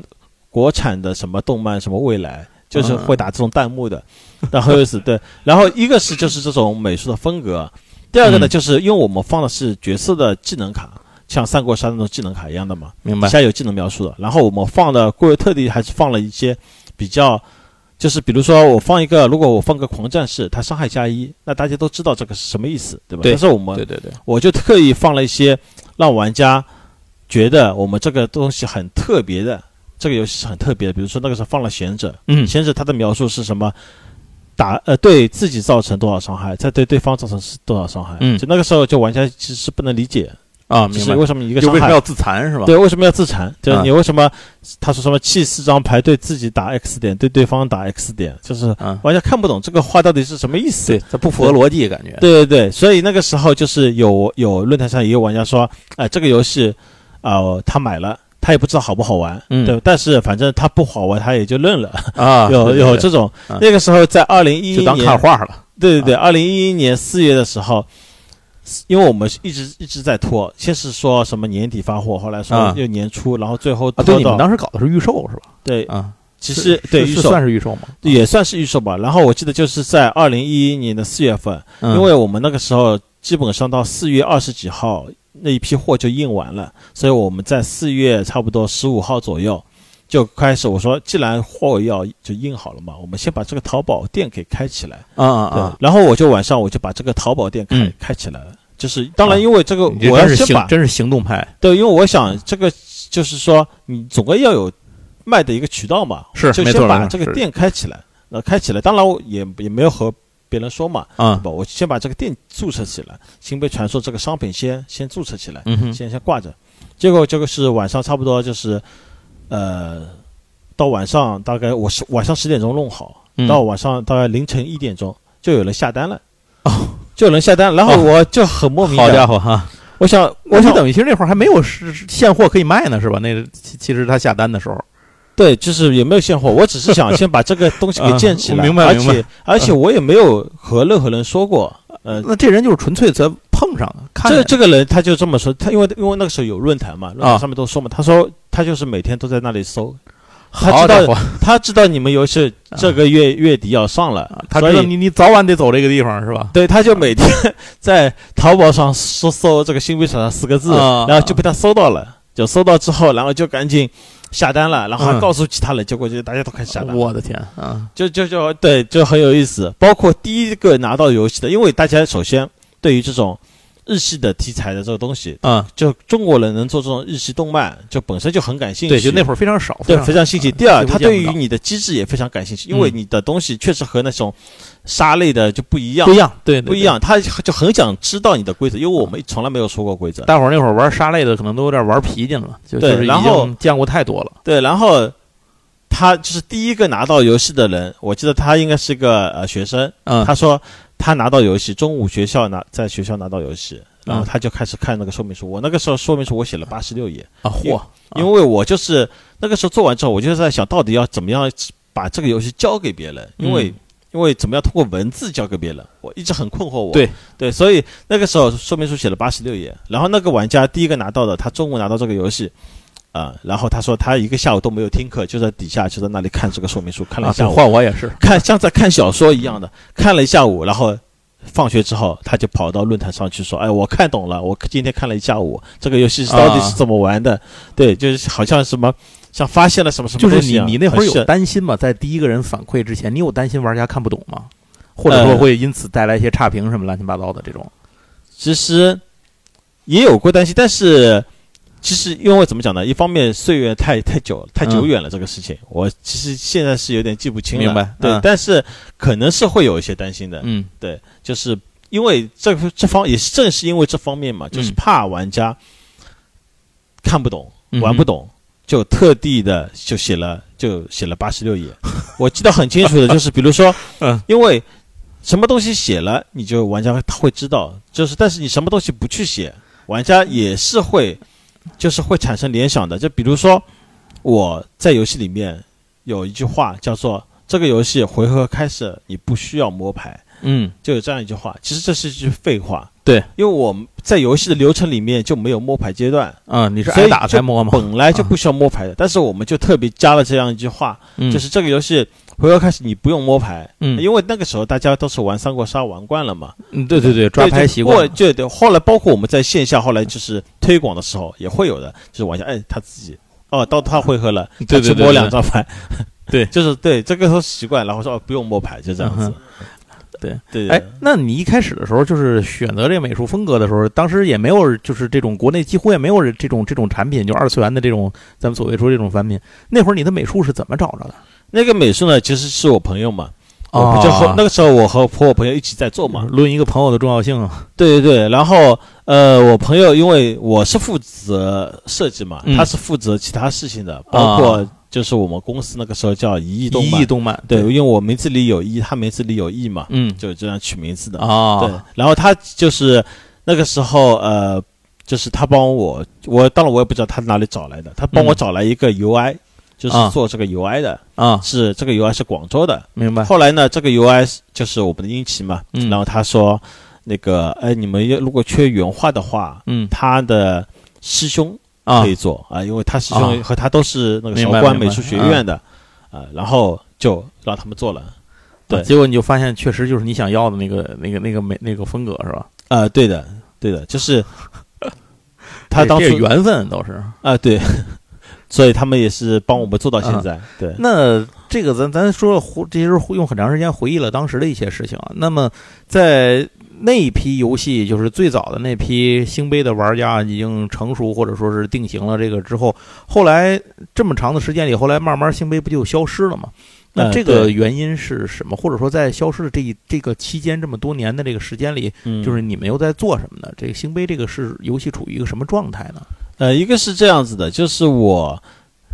C: 国产的什么动漫什么未来，就是
A: 嗯
C: 会打这种弹幕的， 但很有意思。对，然后一个是就是这种美术的风格，第二个呢，
A: 嗯
C: 就是因为我们放的是角色的技能卡，像三国杀那种技能卡一样的嘛，
A: 明
C: 底
A: 白。
C: 下有技能描述的。然后我们放的故意特地还是放了一些比较。就是比如说，我放一个，如果我放个狂战士，他伤害加一，那大家都知道这个是什么意思，对吧？
A: 对
C: 但是我们
A: 对对对，
C: 我就特意放了一些让玩家觉得我们这个东西很特别的，这个游戏是很特别的。比如说那个时候放了贤者，
A: 嗯
C: 贤者他的描述是什么？打呃对自己造成多少伤害，再对对方造成是多少伤害？
A: 嗯
C: 就那个时候就玩家其实是不能理解，
A: 啊，
C: 就
A: 明
C: 是
A: 白。
C: 为什么一个
A: 就
C: 伤
A: 为什么
C: 害
A: 要自残是吧？
C: 对为什么要自残？就是
A: 啊
C: 你为什么他说什么弃四张牌对自己打 X 点，对对方打 X 点，就是
A: 啊，
C: 玩家看不懂这个话到底是什么意思。
A: 对，它不符合逻辑感觉。
C: 对对对，所以那个时候就是有有论坛上也有玩家说，哎、这个游戏，呃，他买了，他也不知道好不好玩，
A: 嗯
C: 对，但是反正他不好玩，他也就认了。
A: 啊，
C: 有
A: 对对
C: 有
A: 对
C: 这种，
A: 啊
C: 那个时候在二零一一
A: 就当，
C: 年
A: 看画啊了。
C: 对对对，二零一一年四月的时候。因为我们一直一直在拖，先是说什么年底发货，后来说
A: 啊
C: 又年初，然后最后
A: 啊，
C: 拖
A: 对，你
C: 到、
A: 们当时搞的是预售是吧？
C: 对，
A: 啊，
C: 其实对预
A: 是
C: 售
A: 算是预售吗？啊
C: 也算是预售吧。然后我记得就是在二零一一年的四月份，
A: 嗯
C: 因为我们那个时候基本上到四月二十几号那一批货就印完了，所以我们在四月差不多十五号左右就开始我说，既然货要就印好了嘛，我们先把这个淘宝店给开起来。
A: 啊啊
C: 对，
A: 啊，
C: 然后我就晚上我就把这个淘宝店开、
A: 嗯
C: 开起来了。就是当
A: 啊
C: 然，因为这个
A: 你这
C: 我要
A: 真是
C: 先
A: 行
C: 把，
A: 真是行动派，
C: 对，因为我想这个就是说你总归要有卖的一个渠道嘛，
A: 是
C: 就
A: 没错
C: 先
A: 没
C: 把
A: 错
C: 这个
A: 是
C: 店开起来，呃，开起来。当然我也也没有和别人说嘛，
A: 啊，
C: 不，我先把这个店注册起来，新杯传说这个商品先先注册起来，
A: 嗯哼，
C: 先先挂着。结果这个是晚上差不多就是，呃，到晚上大概我是晚上十点钟弄好，
A: 嗯
C: 到晚上大概凌晨一点钟就有人下单了，
A: 哦，
C: 就有人下单，然后我就很莫名
A: 好
C: 的，
A: 家伙哈，
C: 我想
A: 我
C: 我
A: 就
C: 想
A: 等于其实那会儿还没有是现货可以卖呢，是吧？那个其其实他下单的时候，
C: 对，就是也没有现货，我只是想先把这个东西给建起来，
A: 啊我明白
C: 而
A: 明
C: 且而且我也没有和任何人说过，呃，
A: 那这人就是纯粹咱碰上了，看
C: 这
A: 见
C: 这个人他就这么说，他因为因为那个时候有论坛嘛，论
A: 啊
C: 坛上面都说嘛，他说他就是每天都在那里搜，他
A: 好家
C: 知道
A: 伙，
C: 他知道你们游戏这个月月底要上了
A: 啊，他
C: 所
A: 知道
C: 以
A: 你你早晚得走这个地方是吧？
C: 对他就每天在淘宝上搜搜这个新微厂商四个字，
A: 啊
C: 然后就被他搜到了，就搜到之后，然后就赶紧下单了，然后
A: 嗯
C: 还告诉其他人，结果就大家都开始下单了。
A: 我的天啊，
C: 就就就对，就很有意思。包括第一个拿到游戏的，因为大家首先对于这种日系的题材的这个东西，
A: 嗯，
C: 就中国人能做这种日系动漫，就本身就很感兴趣。
A: 对，就那会儿非常少，
C: 对
A: 非
C: 非
A: 常
C: 常兴趣。第二，
A: 几乎
C: 他
A: 见不
C: 对于
A: 到
C: 你的机制也非常感兴趣，因为
A: 嗯
C: 你的东西确实和那种沙类的就不一样
A: 不，一样，对，对
C: 不一。样。他就很想知道你的规则，因为我们从来没有说过规则
A: 对。大伙儿那会儿玩沙类的，可能都有点玩皮筋了，就
C: 对
A: 就是已
C: 然后
A: 经见过太多了。
C: 对，然后他就是第一个拿到游戏的人，我记得他应该是个呃学生，
A: 嗯，
C: 他说他拿到游戏，中午学校拿在学校拿到游戏，然后
A: 嗯
C: 他就开始看那个说明书。我那个时候说明书我写了八十六页，
A: 啊，嚯，啊
C: 因为我就是那个时候做完之后，我就在想到底要怎么样把这个游戏交给别人，因为、
A: 嗯
C: 因为怎么样通过文字交给别人，我一直很困惑我。
A: 对
C: 对，所以那个时候说明书写了八十六页，然后那个玩家第一个拿到的，他中午拿到这个游戏。啊、然后他说他一个下午都没有听课，就在底下就在那里看这个说明书，看了
A: 啊，
C: 一下
A: 对
C: 午，
A: 换我也 是，
C: 看像在看小说一样的，看了一下午，然后放学之后他就跑到论坛上去说：“哎，我看懂了，我今天看了一下午，这个游戏是到底
A: 啊
C: 是怎么玩的？”对，就是好像什么像发现了什么什么
A: 就
C: 东
A: 是
C: 西一
A: 你
C: 样
A: 你那会儿有
C: 很炫
A: 担心吗？在第一个人反馈之前，你有担心玩家看不懂吗？或者说
C: 呃
A: 会因此带来一些差评什么乱七八糟的这种？
C: 其实也有过担心，但是其实因为怎么讲呢？一方面岁月太太久了太久远了，这个事情我其实现在是有点记不清
A: 嗯
C: 了。
A: 明白
C: 对，
A: 嗯
C: 但是可能是会有一些担心的。
A: 嗯
C: 就是因为这这方也是正是因为这方面嘛，就是
A: 嗯
C: 怕玩家看不懂、
A: 嗯哼
C: 玩不懂，就特地的就写了就写了八十六页。我记得很清楚的就是，比如说，
A: 嗯，
C: 因为什么东西写了，你就玩家他会知道，就是但是你什么东西不去写，玩家也是会就是会产生联想的。就比如说我在游戏里面有一句话叫做。这个游戏回合开始，你不需要摸牌，
A: 嗯，
C: 就有这样一句话，其实这是一句废话。
A: 对，
C: 因为我们在游戏的流程里面就没有摸牌阶段，
A: 啊，你是
C: 所以
A: 挨打才摸吗？
C: 本来就不需要摸牌的。但是我们就特别加了这样一句话，
A: 嗯
C: 就是哎这个游戏回合开始你不用摸牌，
A: 嗯，
C: 因为那个时候大家都是玩三国杀玩惯了嘛，
A: 嗯对对对，抓拍习惯
C: 对，就过对对。后来包括我们在线下后来就是推广的时候也会有的，就是玩家哎他自己哦到他回合了，
A: 对对
C: 他去
A: 对对
C: 摸两张牌，
A: 对
C: 就是对这个时候习惯，然后说哦不用摸牌就这样
A: 嗯
C: 子
A: 哼，对
C: 对
A: 哎，那你一开始的时候，就是选择这美术风格的时候，当时也没有，就是这种国内几乎也没有这种这种产品，就二次元的这种，咱们所谓说这种产品。那会儿你的美术是怎么找着的？
C: 那个美术呢，其实是我朋友嘛，
A: 哦
C: 我就和那
A: 个
C: 个时候我和和我朋友一起在做嘛，
A: 论一个朋友的重要性啊，
C: 对对对，然后呃，我朋友因为我是负责设计嘛，
A: 嗯哦
C: 他是负责其他事情的，包括就是我们公司那个时候叫一亿动
A: 一
C: 漫
A: 亿，动漫，
C: 对，因为我名字里有一，他名字里有亿嘛，
A: 嗯
C: 就这样取名字的，
A: 啊，
C: 对，然后他就是那个时候呃。就是他帮我，我当然我也不知道他哪里找来的，他帮我
A: 嗯
C: 找来一个 UI，、就是
A: 啊
C: 做这个 UI 的，
A: 啊，
C: 是这个 UI 是广州的，
A: 明白，
C: 后来呢，这个 UI 就是我们的英奇嘛，
A: 嗯
C: 然后他说，那个，哎，你们要如果缺原画的话，
A: 嗯
C: 他的师兄
A: 啊
C: 可以做啊、因为他师
A: 啊
C: 兄和他都是那个韶
A: 明白
C: 关
A: 明白嗯
C: 美术学院的，啊，然后就让他们做了。对
A: 结果你就发现，确实就是你想要的那个那个那个美那个风格是吧？
C: 啊，对的，对的，就是 他
A: 这
C: 当
A: 这
C: 初啊、啊
A: 缘分都是。
C: 对， 所以他们也是帮我们做到现
A: 嗯
C: 在。对，
A: 那这个咱咱说了回，这就是用很长时间回忆了当时的一些事情啊。那么在那一批游戏，就是最早的那批星杯的玩家已经成熟或者说是定型了这个之后，后来这么长的时间里，后来慢慢星杯不就消失了吗？那
C: 呃
A: 这个
C: 对
A: 原因是什么？或者说，在消失的这一这个期间这么多年的这个时间里，
C: 嗯
A: 就是你们又在做什么呢？这个星杯这个是游戏处于一个什么状态呢？
C: 呃，一个是这样子的，就是我，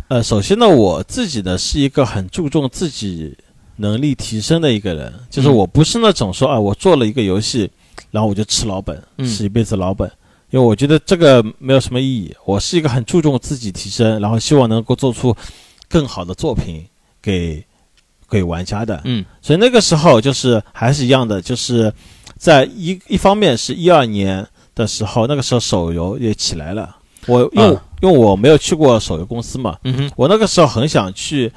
C: 呃，首先呢，我自己呢是一个很注重自己能力提升的一个人，就是
A: 嗯
C: 我不是那种说啊，我做了一个游戏，然后我就吃老本，
A: 嗯
C: 吃一辈子老本，因为我觉得这个没有什么意义。我是一个很注重自己提升，然后希望能够做出更好的作品给给玩家的。
A: 嗯
C: 所以那个时候就是还是一样的，就是在一一方面是一二年的时候，那个时候手游也起来了。我因为、
A: 嗯
C: 因为我没有去过手游公司嘛，
A: 嗯
C: 我那个时候很想去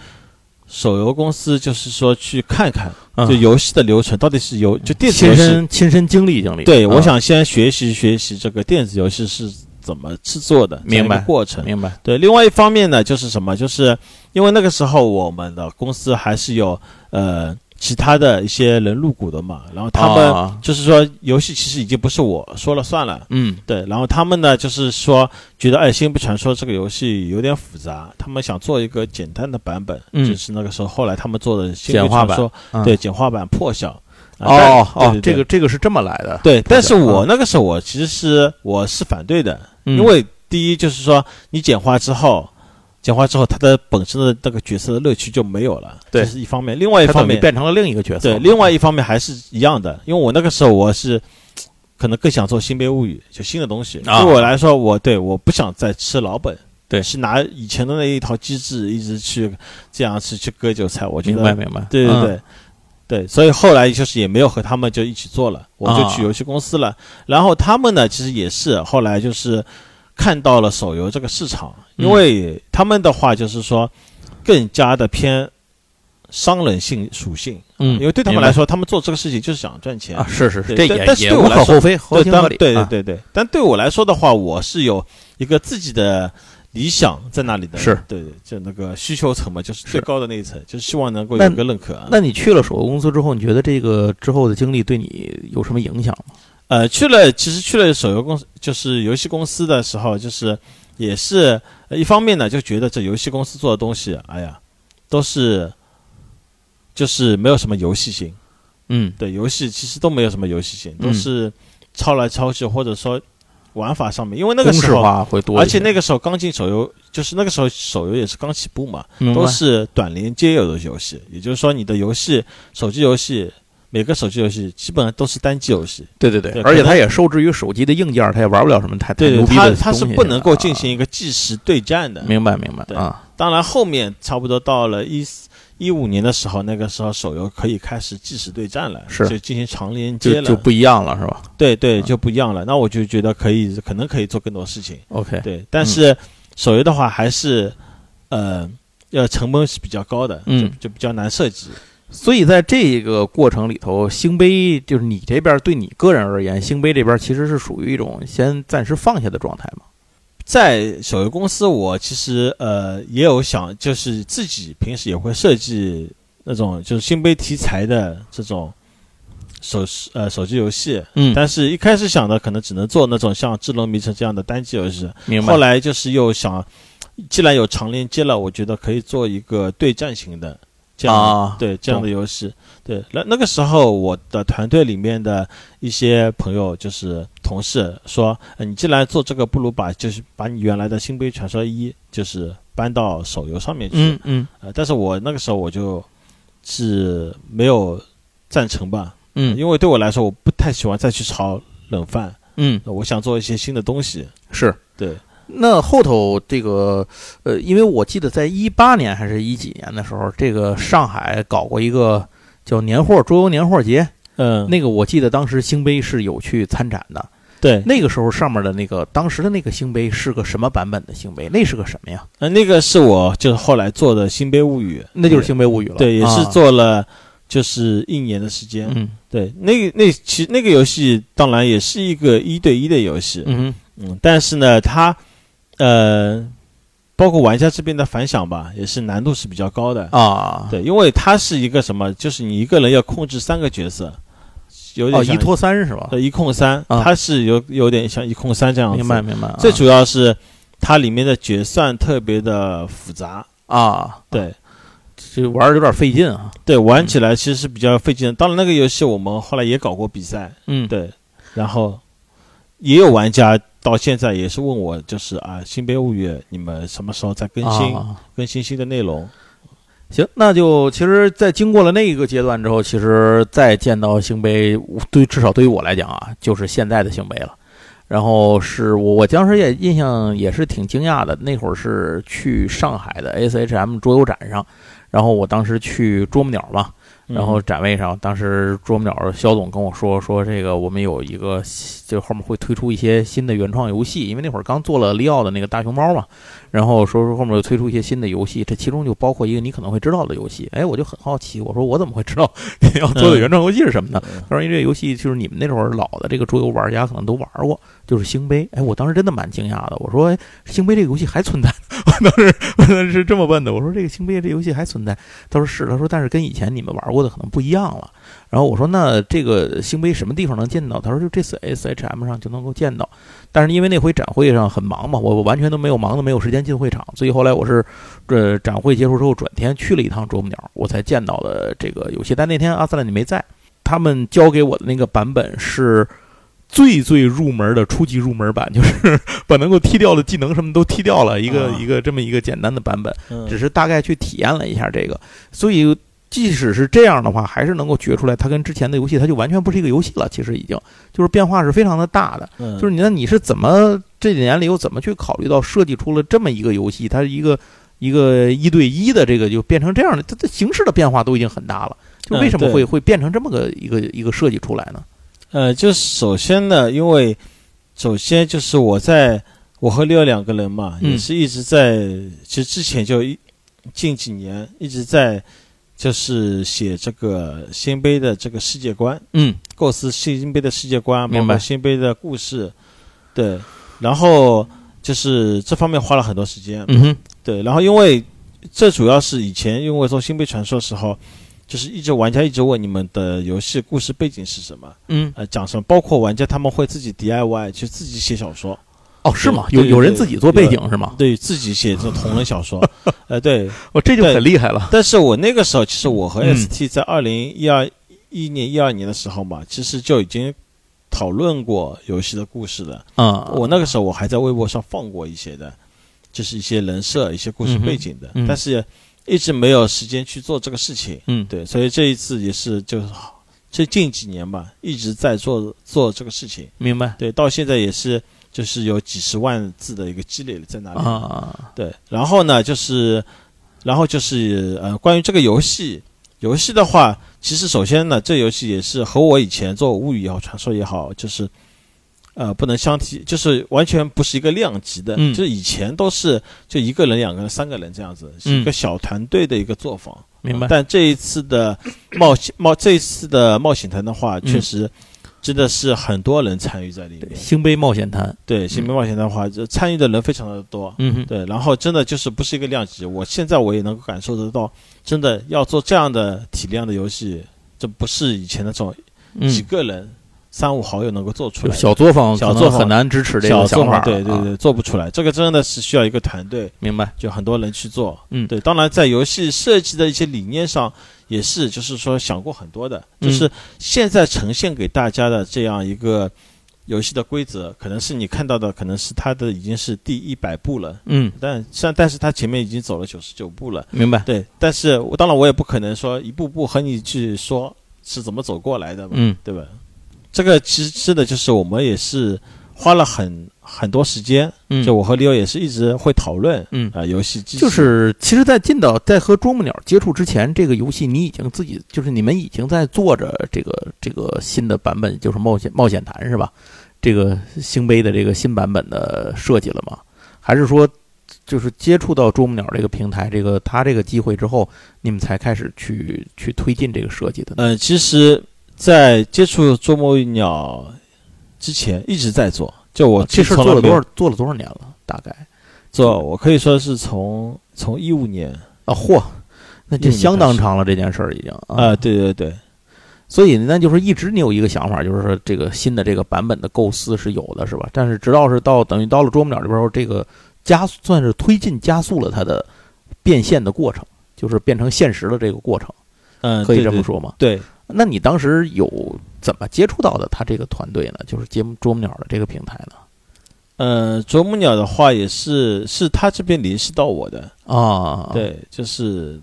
C: 手游公司，就是说去看看，
A: 哼，
C: 就游戏的流程到底是游就电子游
A: 亲
C: 戏。
A: 嗯身亲身经历经历。
C: 对，我
A: 啊
C: 想先学习学习这个电子游戏是怎么制作的，
A: 明白
C: 这样一个过程。
A: 明白。
C: 对，另外一方面呢，就是什么？就是因为那个时候我们的公司还是有呃其他的一些人入股的嘛，然后他们
A: 啊
C: 就是说游戏其实已经不是我说了算了。
A: 嗯
C: 对，然后他们呢，就是说觉得《哎，星不传说》这个游戏有点复杂，他们想做一个简单的版本，
A: 嗯
C: 就是那个时候后来他们做的《星
A: 简
C: 不
A: 化
C: 传
A: 版
C: 说》
A: 嗯
C: 对简化版破晓。啊
A: 哦
C: 但
A: 哦
C: 对对，对
A: 这个这个是这么来的。
C: 对，但
A: 晓
C: 是我
A: 嗯
C: 那个时候我其实是我是反对的，
A: 嗯
C: 因为第一就是说，你简化之后，简化之后，它的本身的那个角色的乐趣就没有了，
A: 对
C: 这是一方面。另外一
A: 它
C: 方
A: 等于
C: 面，
A: 变成了另一个角色。
C: 对，另外一方面还是一样的，因为我那个时候我是可能更想做新杯物语，就新的东西。
A: 啊
C: 对我来说，我对我不想再吃老本，
A: 对
C: 是拿以前的那一套机制一直去这样去去割韭菜，我觉
A: 明
C: 得
A: 白明白。
C: 对对
A: 嗯
C: 对、对，所以后来就是也没有和他们就一起做了，我就
A: 啊
C: 去游戏公司了。然后他们呢，其实也是后来就是看到了手游这个市场，因
A: 嗯
C: 为他们的话就是说更加的偏商人性属性，
A: 嗯，
C: 因为对他们
A: 明白
C: 来说，他们做这个事情就是想赚钱。
A: 啊，是是是，这
C: 对
A: 也
C: 但但是
A: 也
C: 对
A: 无
C: 我来
A: 可
C: 说
A: 厚非，合
C: 对，
A: 情
C: 当
A: 合理。
C: 对对
A: 啊
C: 对对，但对我来说的话，我是有一个自己的理想在那里的，
A: 是
C: 对，对就那个需求层嘛，就是
A: 是
C: 最高的那一层，就是希望能够
A: 那
C: 有个认可啊。
A: 那你去了手游公司之后，你觉得这个之后的经历对你有什么影响吗？
C: 呃，去了，其实去了手游公司，就是游戏公司的时候，就是也是呃一方面呢，就觉得这游戏公司做的东西，哎呀，都是就是没有什么游戏性，
A: 嗯
C: 对，游戏其实都没有什么游戏性，
A: 嗯
C: 都是抄来抄去，或者说玩法上面，因为那
A: 公
C: 个
A: 式
C: 时候，
A: 化会多一
C: 而
A: 些，
C: 且那个时候刚进手游，就是那个时候手游也是刚起步嘛，
A: 明白
C: 都是短连接有的游戏，也就是说你的游戏，手机游戏。每个手机游戏基本上都是单机游戏，
A: 对对对
C: 对，
A: 而且
C: 可能
A: 它也受制于手机的硬件，它也玩不了什么太太
C: 对
A: 牛
C: 对，
A: 逼
C: 它
A: 的
C: 它是
A: 东西
C: 不能够进
A: 啊
C: 行一个即时对战的。
A: 明白明白
C: 对
A: 啊，
C: 当然，后面差不多到了一一五年的时候，那个时候手游可以开始即时对战了，
A: 是
C: 就进行长连接
A: 就
C: 了，
A: 就不一样了是吧
C: 对对
A: 嗯
C: 就不一样了。那我就觉得可以，可能可以做更多事情。
A: ？OK，
C: 对，但
A: 嗯
C: 是手游的话还是，呃，要成本是比较高的，
A: 嗯
C: 就就比较难设计。
A: 所以在这个过程里头，星杯就是你这边对你个人而言，星杯这边其实是属于一种先暂时放下的状态嘛。
C: 在手游公司，我其实呃也有想，就是自己平时也会设计那种就是新杯题材的这种手呃手机游戏，
A: 嗯
C: 但是一开始想的可能只能做那种像《智龙迷城》这样的单机游戏，
A: 明白。
C: 后来就是又想，既然有长连接了，我觉得可以做一个对战型的这样、
A: 啊
C: 对这样的游戏。对，那那个时候我的团队里面的一些朋友就是同事说，呃、你既然做这个，不如把就是把你原来的《星杯传说一》就是搬到手游上面去。
A: 嗯嗯
C: 呃，但是我那个时候我就是没有赞成吧，
A: 嗯
C: 因为对我来说，我不太喜欢再去炒冷饭，
A: 嗯，
C: 我想做一些新的东西。
A: 是。
C: 对，
A: 那后头这个，呃，因为我记得在一八年还是一几年的时候，这个上海搞过一个叫年货桌游年货节，
C: 嗯，
A: 那个我记得当时星杯是有去参展的。
C: 对，
A: 那个时候上面的那个当时的那个星杯是个什么版本的星杯？那是个什么呀？
C: 呃，那个是我就是后来做的《新杯物语》，
A: 那就是星杯物语了。
C: 对，也是
A: 啊，
C: 做了就是一年的时间。
A: 嗯
C: 对，那个那其实那个游戏当然也是一个一对一的游戏，
A: 嗯哼
C: 嗯，但是呢，它呃，包括玩家这边的反响吧，也是难度是比较高的。
A: 啊，
C: 对，因为它是一个什么，就是你一个人要控制三个角色，有
A: 哦，
C: 点像
A: 一拖三是吧？
C: 对一控三，
A: 啊
C: 它是有有点像一控三这样子。
A: 明白明白。啊
C: 最主要是它里面的决算特别的复杂，
A: 啊，
C: 对，
A: 这玩儿有点费劲啊。
C: 对，玩起来其实是比较费劲的。当然，那个游戏我们后来也搞过比赛，
A: 嗯，
C: 对，然后也有玩家到现在也是问我，就是啊，《新杯物语》你们什么时候再更新、
A: 啊
C: 更新新的内容？
A: 行，那就其实，在经过了那一个阶段之后，其实再见到星杯，对于至少对于我来讲啊，就是现在的星杯了。然后是我，我当时也印象也是挺惊讶的。那会儿是去上海的 SHM 桌游展上，然后我当时去啄木鸟嘛，
C: 嗯
A: 然后展位上，当时啄木鸟肖总跟我说说这个我们有一个，就后面会推出一些新的原创游戏，因为那会儿刚做了利奥的那个大熊猫嘛，然后说说后面又推出一些新的游戏，这其中就包括一个你可能会知道的游戏。哎，我就很好奇，我说我怎么会知道你要做的原创游戏是什么呢？他说因为这游戏就是你们那会儿老的这个桌游玩家可能都玩过，就是星杯。哎，我当时真的蛮惊讶的，我说哎星杯这个游戏还存在？ 我当时我当时是这么问的，我说这个星杯这游戏还存在？他说是，他说但是跟以前你们玩过的可能不一样了。然后我说那这个星杯什么地方能见到？他说就这次 SHM 上就能够见到。但是因为那回展会上很忙嘛，我我完全都没有忙的没有时间进会场，所以后来我是呃展会结束之后转天去了一趟啄木鸟，我才见到了这个游戏。但那天阿斯兰你没在，他们交给我的那个版本是。最最入门的初级入门版，就是 把能够踢掉的技能什么都踢掉了，一个、
C: 啊
A: 一个这么一个简单的版本。
C: 嗯
A: 只是大概去体验了一下这个，所以即使是这样的话，还是能够觉出来，它跟之前的游戏它就完全不是一个游戏了。其实已经就是变化是非常的大的。
C: 嗯
A: 就是你那你是怎么这几年里又怎么去考虑到设计出了这么一个游戏，它是一个一个一对一的这个就变成这样的，它的形式的变化都已经很大了。就为什么
C: 嗯对
A: 会、会变成这么个一个一个设计出来呢？
C: 呃，就是首先呢，因为首先就是我在我和六两个人嘛，
A: 嗯
C: 也是一直在，其实之前就一近几年一直在就是写这个新杯的这个世界观，
A: 嗯
C: 构思新杯的世界观，包
A: 明白
C: 括新杯的故事，对，然后就是这方面花了很多时间，
A: 嗯哼
C: 对，然后因为这主要是以前因为做新杯传说的时候，就是一直玩家一直问你们的游戏故事背景是什么。
A: 嗯
C: 呃讲什么，包括玩家他们会自己 DIY 去自己写小说，
A: 哦是吗？
C: 对
A: 有
C: 对
A: 有人
C: 对
A: 自己做背景是吗？
C: 对自己写这种同人 小说，呃对。
A: 哦这就
C: 对
A: 很厉害了。
C: 但是我那个时候，其实我和
A: 嗯
C: ST 在二零一二一年一二年的时候嘛，其实就已经讨论过游戏的故事了。
A: 嗯，
C: 我那个时候我还在微博上放过一些的，就是一些人设、一些故事
A: 嗯哼
C: 背景的，
A: 嗯
C: 但是一直没有时间去做这个事情。
A: 嗯
C: 对，所以这一次也是就是这近几年吧，一直在做做这个事情。
A: 明白
C: 对，到现在也是就是有几十万字的一个积累在那里。
A: 啊
C: 对，然后呢，就是，然后就是呃，关于这个游戏，游戏的话，其实首先呢，这游戏也是和我以前做物语也好，传说也好，就是。呃，不能相提，就是完全不是一个量级的。
A: 嗯
C: 就是以前都是就一个人、两个人、三个人这样子，是一个小团队的一个作坊。
A: 嗯明白。
C: 但这一 次的冒险冒这一次的冒险团的话，
A: 嗯
C: 确实真的是很多人参与在里面
A: 对。嗯星杯冒险谈，
C: 对，新兵冒险的话，就参与的人非常的多。
A: 嗯哼，
C: 对，然后真的就是不是一个量级，我现在我也能够感受得到，真的要做这样的体量的游戏，这不是以前那种
A: 嗯
C: 几个人、三五好友能够做出
A: 就
C: 来的。
A: 小作坊
C: 小
A: 可能
C: 作坊
A: 很难支持这
C: 小
A: 个
C: 作
A: 想法
C: 坊，
A: 了，
C: 对对
A: 啊，
C: 对，做不出来，这个真的是需要一个团队，
A: 明白，
C: 就很多人去做。
A: 嗯
C: 对，当然在游戏设计的一些理念上也是，就是说想过很多的，
A: 嗯
C: 就是现在呈现给大家的这样一个游戏的规则，可能是你看到的，可能是它的已经是第一百步了，
A: 嗯，
C: 但像但是它前面已经走了九十九步了，
A: 明白，
C: 对，但是我当然我也不可能说一步步和你去说是怎么走过来的嘛，
A: 嗯
C: 对吧？这个其实真的就是我们也是花了很很多时间，
A: 嗯，
C: 就我和 Leo 也是一直会讨论，
A: 嗯
C: 啊、游戏机制
A: 就是，其实，在进到在和啄木鸟接触之前，这个游戏你已经自己就是你们已经在做着这个这个新的版本，就是冒险冒险谈是吧？这个星杯的这个新版本的设计了吗？还是说，就是接触到啄木鸟这个平台，这个它这个机会之后，你们才开始去去推进这个设计的呢？
C: 呃，其实，在接触啄木鸟之前一直在做，就我
A: 这事儿
C: 从来
A: 啊做了
C: 没
A: 多
C: 有
A: 少做了多少年了？大概
C: 做，我可以说是从从一五年
A: 啊，嚯，那
C: 一五
A: 这
C: 年
A: 相当
C: 开始
A: 长了，这件事儿已经
C: 啊、对对对，
A: 所以那就是一直你有一个想法，就是说这个新的这个版本的构思是有的，是吧？但是直到是到等于到了啄木鸟这边后，这个加算是推进加速了它的变现的过程，就是变成现实的这个过程，
C: 嗯，
A: 可以这
C: 对
A: 么。说吗？
C: 对，对
A: 那你当时有怎么接触到的他这个团队呢？就是节目啄木鸟的这个平台呢？
C: 呃，啄木鸟的话也是是他这边联系到我的，
A: 啊，，
C: 对，就是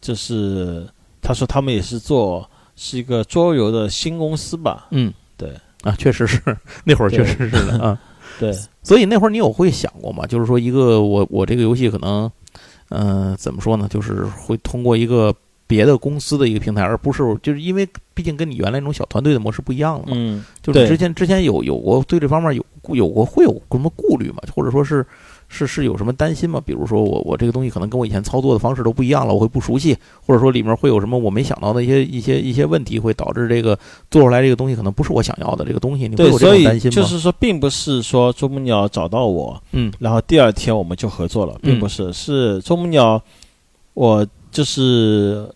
C: 就是他说他们也是做是一个桌游的新公司吧，
A: 嗯，
C: 对
A: 啊，确实是 那会儿确
C: 对
A: 实是的啊。
C: 对，
A: 所以那会儿你有会想过吗？就是说一个我我这个游戏可能，嗯、怎么说呢？就是会通过一个别的公司的一个平台，而不是就是因为毕竟跟你原来那种小团队的模式不一样了嘛。
C: 嗯，
A: 就是
C: 对
A: 之前之前有有过对这方面有顾有过会有什么顾虑吗？或者说是是是有什么担心吗？比如说我我这个东西可能跟我以前操作的方式都不一样了，我会不熟悉，或者说里面会有什么我没想到的一些一些一些问题，会导致这个做出来这个东西可能不是我想要的这个东西，你会
C: 对，
A: 有这
C: 所
A: 种担
C: 以
A: 心吗？
C: 就是说，并不是说啄木鸟找到我，
A: 嗯
C: 然后第二天我们就合作了，并不是，是啄木鸟，我就是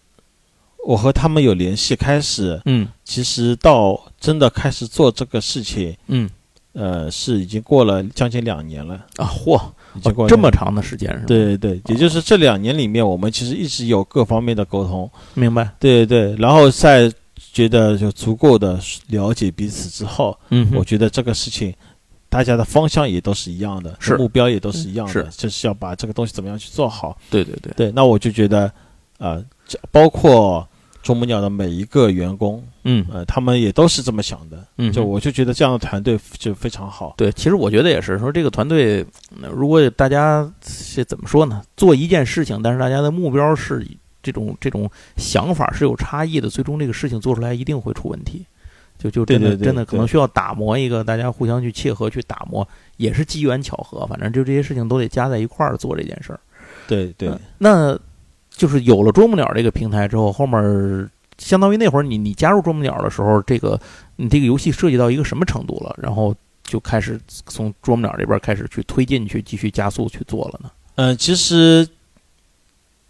C: 我和他们有联系，开始
A: 嗯
C: 其实到真的开始做这个事情，
A: 嗯
C: 呃，是已经过了将近两年了，
A: 啊，嚯，
C: 已经过了
A: 这么
C: 两年
A: 长的时间是吧？，
C: 对对对，也就是这两年里面，我们其实一直有各方面的沟通，
A: 明白。
C: 对对，然后在觉得有足够的了解彼此之后，
A: 嗯
C: 我觉得这个事情，大家的方向也都是一样的，
A: 是嗯
C: 目标也都是一样的，
A: 是
C: 就是要把这个东西怎么样去做好。
A: 对对对，
C: 对，那我就觉得，呃，这包括啄木鸟的每一个员工，
A: 嗯
C: 呃，他们也都是这么想的。
A: 嗯，
C: 就我就觉得这样的团队就非常好。
A: 对，其实我觉得也是，说这个团队，呃如果大家是怎么说呢，做一件事情，但是大家的目标是以这种这种想法是有差异的，最终这个事情做出来一定会出问题。就就
C: 对
A: 真的
C: 对对
A: 真的可能
C: 对
A: 需要打磨一个，大家互相去切合去打磨，也是机缘巧合，反正就这些事情都得加在一块儿做这件事儿。
C: 对对，
A: 嗯那就是有了啄木鸟这个平台之后，后面儿相当于那会儿你你加入啄木鸟的时候，这个你这个游戏涉及到一个什么程度了？然后就开始从啄木鸟这边开始去推进，去继续加速去做了呢？
C: 嗯、其实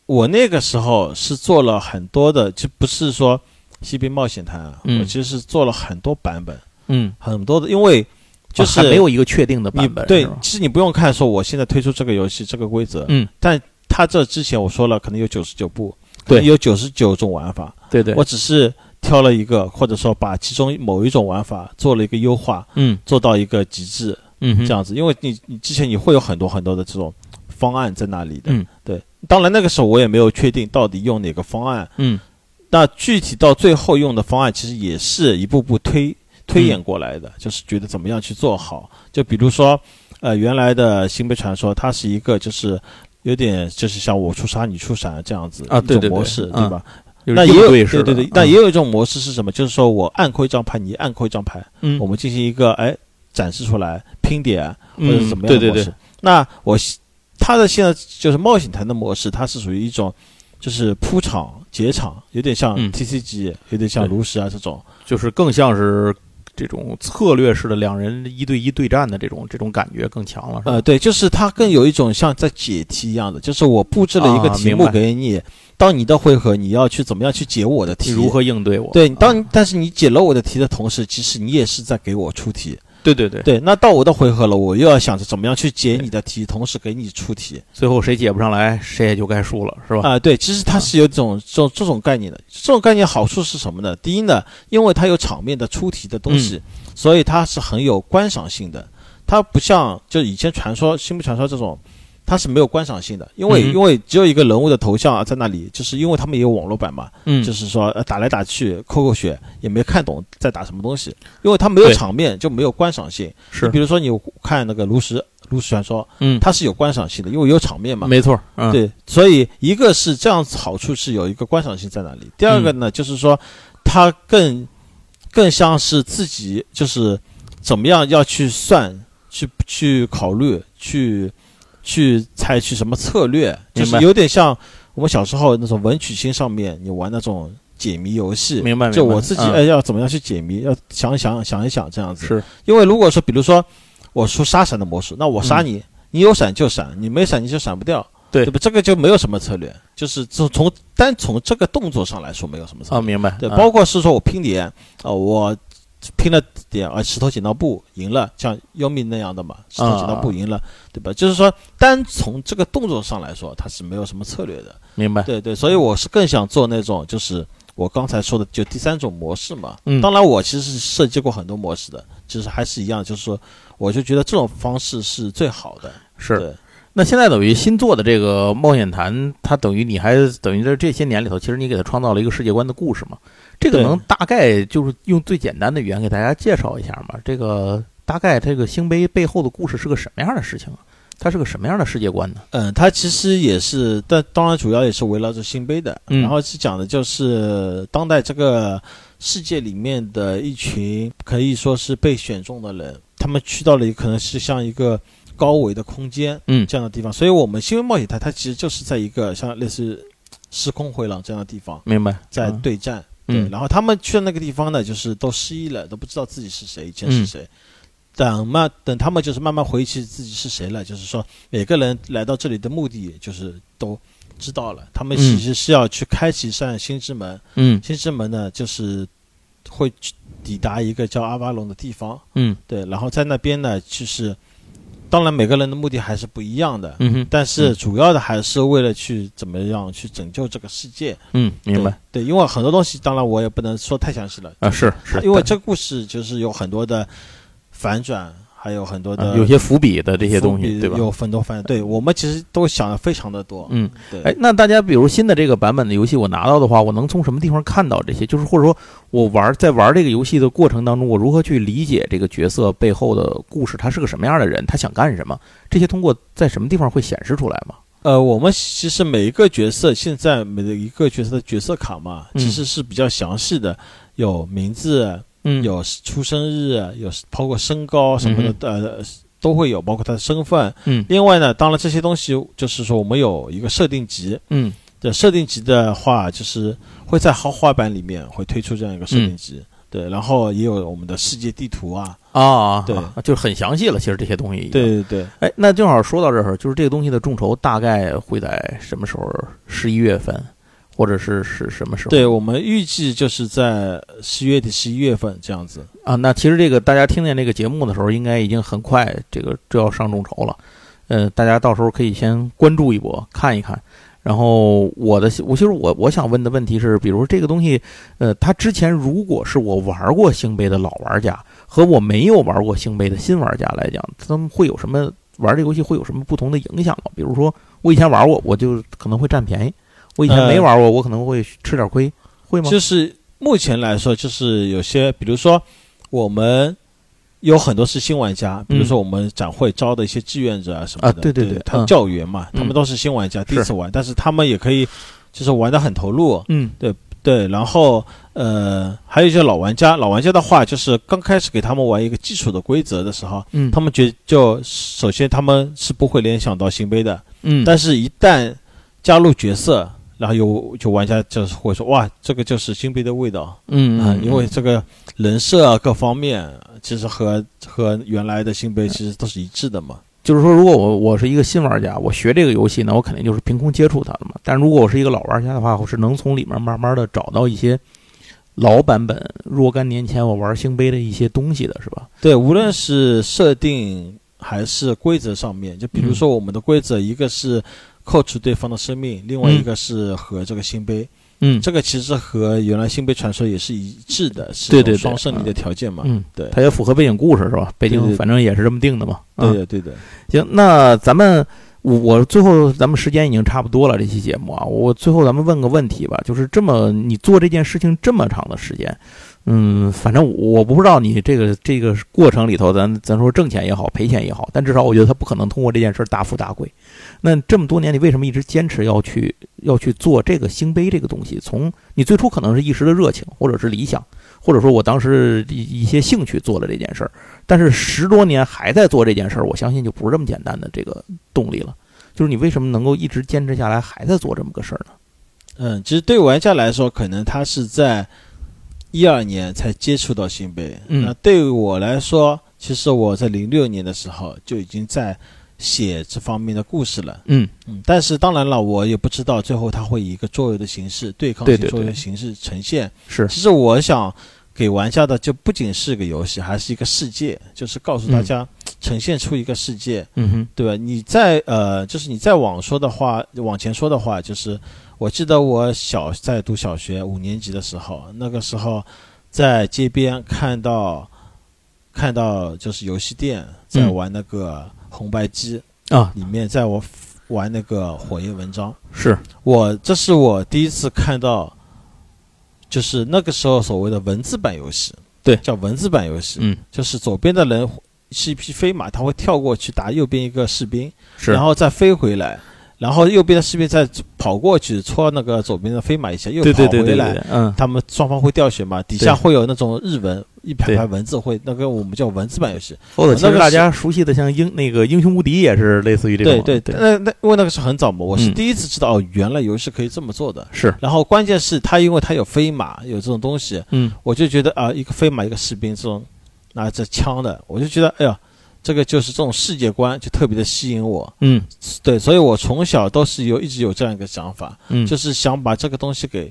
C: 我那个时候是做了很多的，就不是说《西边冒险谈》啊，
A: 嗯
C: 我其实是做了很多版本，
A: 嗯，
C: 很多的，因为就
A: 啊
C: 是、
A: 还没有一个确定的
C: 你
A: 版本，
C: 对
A: 是吧，
C: 其实你不用看说我现在推出这个游戏这个规则，
A: 嗯，
C: 但它这之前我说了，可能有九十九步，
A: 对
C: 可能有九十九种玩法，
A: 嗯对对，
C: 我只是挑了一个，或者说把其中某一种玩法做了一个优化，
A: 嗯
C: 做到一个极致
A: 嗯哼
C: 这样子，因为你你之前你会有很多很多的这种方案在那里的，
A: 嗯
C: 对，当然那个时候我也没有确定到底用哪个方案，
A: 嗯
C: 那具体到最后用的方案，其实也是一步步
A: 嗯
C: 推推演过来的，就是觉得怎么样去做好。就比如说，呃，原来的《新杯传说》，它是一个就是有点就是像我出杀你出闪这样子
A: 啊对对
C: 一
A: 对
C: 种模式，
A: 嗯
C: 吧？
A: 就是
C: 那也有
A: 应对
C: 对
A: 式的嗯
C: 对对，那也有一种模式是什么？就是说我按扣一张牌，你按扣一张牌，
A: 嗯
C: 我们进行一个哎展示出来拼点或
A: 嗯
C: 者是怎么样
A: 对
C: 的
A: 对
C: 模式。
A: 对，
C: 那我它的现在就是冒险团的模式，它是属于一种就是铺场结场，有点像
A: 嗯
C: TCG，、有点像
A: 对
C: 炉石啊这种。
A: 就是更像是。这种策略式的两人一对一对战的这种这种感觉更强了，是吧？
C: 呃，对，就是它更有一种像在解题一样的，就是我布置了一个
A: 啊
C: 题
A: 明
C: 目
A: 白
C: 给你，当你的回合你要去怎么样去解我的题。
A: 你如？何应对我？
C: 对，
A: 啊
C: 当、但是你解了我的题的同时，其实你也是在给我出题。
A: 对对对，
C: 对，那到我的回合了，我又要想着怎么样去解你的题，同时给你出题。
A: 最后谁解不上来，谁也就该输了，是吧？啊
C: 啊、对，其实它是有这种这种这种概念的。这种概念好处是什么呢？第一呢，因为它有场面的出题的东西，
A: 嗯
C: 所以它是很有观赏性的。它不像就以前传说《新不传说》这种，它是没有观赏性的，因为、
A: 嗯哼
C: 因为只有一个人物的头像啊在那里，就是因为他们也有网络版嘛，
A: 嗯
C: 就是说、呃、打来打去扣扣血也没看懂在打什么东西，因为它没有
A: 对
C: 场面就没有观赏性。
A: 是
C: 比如说你看那个炉石炉石传说，
A: 嗯，
C: 它是有观赏性的，因为有场面嘛。
A: 没错，嗯，
C: 对，所以一个是这样子好处是有一个观赏性在哪里，第二
A: 嗯
C: 个呢，就是说它更更像是自己就是怎么样要去算、去去考虑、去去采取什么策略，就
A: 明
C: 是
A: 白
C: 有点像我们小时候那种文曲星上面你玩那种解谜游戏。
A: 明白，
C: 就
A: 明白
C: 我自己，
A: 嗯
C: 哎，要怎么样去解谜？要想一想，想一想，这样子。
A: 是
C: 因为如果说，比如说我出杀闪的魔术，那我杀你，你有闪就闪，你没闪你就闪不掉，
A: 对
C: 对吧？这个就没有什么策略，就是从从单从这个动作上来说没有什么策
A: 啊，
C: 略，
A: 明白，
C: 对，
A: 啊
C: 包括是说我拼点啊、呃我拼了点啊，石头剪刀布赢了，像优米那样的嘛，石头剪刀布赢了，对吧？就是说，单从这个动作上来说，它是没有什么策略的。
A: 明白。
C: 对对，所以我是更想做那种，就是我刚才说的，就第三种模式嘛。
A: 嗯
C: 当然我其实是设计过很多模式的，其实还是一样，就是说，我就觉得这种方式是最好的。
A: 是。
C: 对
A: 那现在等于新做的这个冒险谈，它等于你还等于在这些年里头，其实你给它创造了一个世界观的故事嘛。这个
C: 对
A: 能大概就是用最简单的语言给大家介绍一下嘛？这个大概这个星杯背后的故事是个什么样的事情啊？它是个什么样的世界观呢？
C: 嗯，它其实也是，但当然主要也是围绕着新杯的，
A: 嗯
C: 然后是讲的就是当代这个世界里面的一群可以说是被选中的人，他们去到了一个可能是像一个高维的空间，
A: 嗯
C: 这样的地方，所以我们新闻冒险台它其实就是在一个像类似时空回廊这样的地方
A: 明白。
C: 在
A: 嗯
C: 对战，对，
A: 嗯，
C: 然后他们去的那个地方呢，就是都失忆了，都不知道自己是谁，以前是
A: 嗯
C: 谁。等慢等他们就是慢慢回忆起自己是谁了，就是说每个人来到这里的目的就是都知道了，他们
A: 嗯
C: 其实是要去开启一扇新之门，
A: 嗯
C: 新之门呢就是会去抵达一个叫阿瓦隆的地方，
A: 嗯
C: 对，然后在那边呢就是，当然每个人的目的还是不一样的，
A: 嗯哼
C: 但是
A: 嗯
C: 主要的还是为了去怎么样去拯救这个世界，
A: 嗯，明白
C: 对。对，因为很多东西，当然我也不能说太详细了，
A: 啊，是是，
C: 因为这个故事就是有很多的反转，还有很多
A: 啊
C: 的
A: 有些伏笔的这些东
C: 伏笔
A: 西，对吧？
C: 有很多反转。对我们其实都想的非常的多。
A: 嗯，
C: 对，
A: 哎，，那大家比如新的这个版本的游戏，我拿到的话，我能从什么地方看到这些？就是或者说我玩在玩这个游戏的过程当中，我如何去理解这个角色背后的故事？他是个什么样的人？他想干什么？这些通过在什么地方会显示出来吗？
C: 呃，我们其实每一个角色现在每一个角色的角色卡嘛，
A: 嗯
C: 其实是比较详细的，有名字，
A: 嗯
C: 有出生日，有包括身高什么
A: 嗯
C: 的，呃，都会有，包括他的身份。
A: 嗯
C: 另外呢，当然这些东西就是说我们有一个设定集，
A: 嗯
C: 对，设定集的话，就是会在豪华版里面会推出这样一个设定集。
A: 嗯
C: 对，然后也有我们的世界地图啊，
A: 啊，
C: 对
A: 啊就是很详细了。其实这些东西，，
C: 对对对，
A: 哎，那正好说到这儿，就是这个东西的众筹大概会在什么时候？十一月份，或者是是什么时候？
C: 对我们预计就是在十月底、十一月份这样子。
A: 啊，那其实这个大家听见这个节目的时候，应该已经很快这个就要上众筹了。呃，大家到时候可以先关注一波，看一看。然后我的我其实我我想问的问题是，比如说这个东西，呃，它之前如果是我玩过星杯的老玩家和我没有玩过星杯的新玩家来讲，他们会有什么玩这游戏会有什么不同的影响吗？比如说我以前玩过，我就可能会占便宜；我以前没
C: 呃
A: 玩过，我可能会吃点亏，会吗？
C: 就是目前来说，就是有些，比如说我们有很多是新玩家，比如说我们展会招的一些志愿者啊什么的，
A: 嗯啊对对
C: 对
A: 对
C: 他
A: 嗯
C: 教员嘛，
A: 嗯
C: 他们都是新玩家，第一
A: 是
C: 次玩，但是他们也可以就是玩的很投入，
A: 嗯
C: 对，然后呃，还有一些老玩家，老玩家的话，就是刚开始给他们玩一个基础的规则的时候，
A: 嗯，
C: 他们觉就首先他们是不会联想到新杯的，
A: 嗯
C: 但是一旦加入角色，然后有有玩家就是会说，哇，这个就是新杯的味道
A: 嗯
C: 啊、
A: 嗯
C: 因为这个人设啊各方面其实和和原来的新杯其实都是一致的嘛。
A: 就是说，如果我我是一个新玩家，我学这个游戏呢，我肯定就是凭空接触它的嘛。但如果我是一个老玩家的话，我是能从里面慢慢的找到一些老版本若干年前我玩星杯的一些东西的，是吧？
C: 对，无论是设定还是规则上面，就比如
A: 嗯
C: 说我们的规则，一个是扣除对方的生命，另外
A: 嗯
C: 一个是和这个星杯，
A: 嗯
C: 这个其实和原来星杯传说也是一致的，是
A: 对
C: 一种
A: 对对
C: 双胜利的条件嘛。
A: 嗯，
C: 对，
A: 它也符合背景故事是吧？背
C: 对对
A: 景
C: 对
A: 反正也是这么定的嘛。嗯
C: 对的对的。
A: 行，那咱们我我最后咱们时间已经差不多了，这期节目啊，我最后咱们问个问题吧，就是这么你做这件事情这么长的时间，嗯，反正我不知道你这个这个过程里头，咱咱说挣钱也好，赔钱也好，但至少我觉得他不可能通过这件事儿大富大贵。那这么多年，你为什么一直坚持要去要去做这个星杯这个东西？从你最初可能是一时的热情，或者是理想，或者说我当时一一些兴趣做了这件事儿。但是十多年还在做这件事儿，我相信就不是这么简单的这个动力了。就是你为什么能够一直坚持下来，还在做这么个事儿呢？
C: 嗯，其实对玩家来说，可能他是在一二年才接触到新杯。
A: 嗯
C: 那对于我来说，其实我在零六年的时候就已经在写这方面的故事了。
A: 嗯
C: 嗯，但是当然了，我也不知道最后它会以一个桌游的形式、对抗
A: 对
C: 性
A: 对
C: 桌游的
A: 对
C: 形式呈现。
A: 是
C: 其实我想，给玩家的就不仅是个游戏，还是一个世界，就是告诉大家呈现出一个世界，
A: 嗯哼，
C: 对吧？你在呃，就是你再往说的话，往前说的话，就是我记得我小在读小学五年级的时候，那个时候在街边看到看到就是游戏店在
A: 嗯
C: 玩那个红白机，
A: 啊，
C: 里面在我玩那个火焰文章。
A: 是，
C: 我这是我第一次看到，就是那个时候所谓的文字版游戏，
A: 对
C: 叫文字版游戏，
A: 嗯，
C: 就是左边的人是一匹飞马，他会跳过去打右边一个士兵，
A: 是，
C: 然后再飞回来，然后右边的士兵再跑过去戳那个左边的飞马一下，又跑
A: 对
C: 回
A: 对
C: 来。
A: 对对对，嗯，
C: 他们双方会掉血嘛？底
A: 对
C: 下会有那种日文一排
A: 对
C: 排文字会，那个我们叫文字版游戏。
A: 或者其
C: 那
A: 实
C: 个
A: 大
C: 是
A: 家熟悉的像英那个英雄无敌也是类似于这种，
C: 对
A: 对，
C: 那那因为那个是很早嘛，我是
A: 嗯
C: 第一次知道、哦，原来游戏可以这么做的。
A: 是，
C: 然后关键是它因为它有飞马有这种东西，
A: 嗯
C: 我就觉得啊、一个飞马一个士兵这种拿着枪的，我就觉得哎呀，这个就是这种世界观就特别的吸引我。
A: 嗯
C: 对，所以我从小都是有一直有这样一个想法，
A: 嗯，
C: 就是想把这个东西给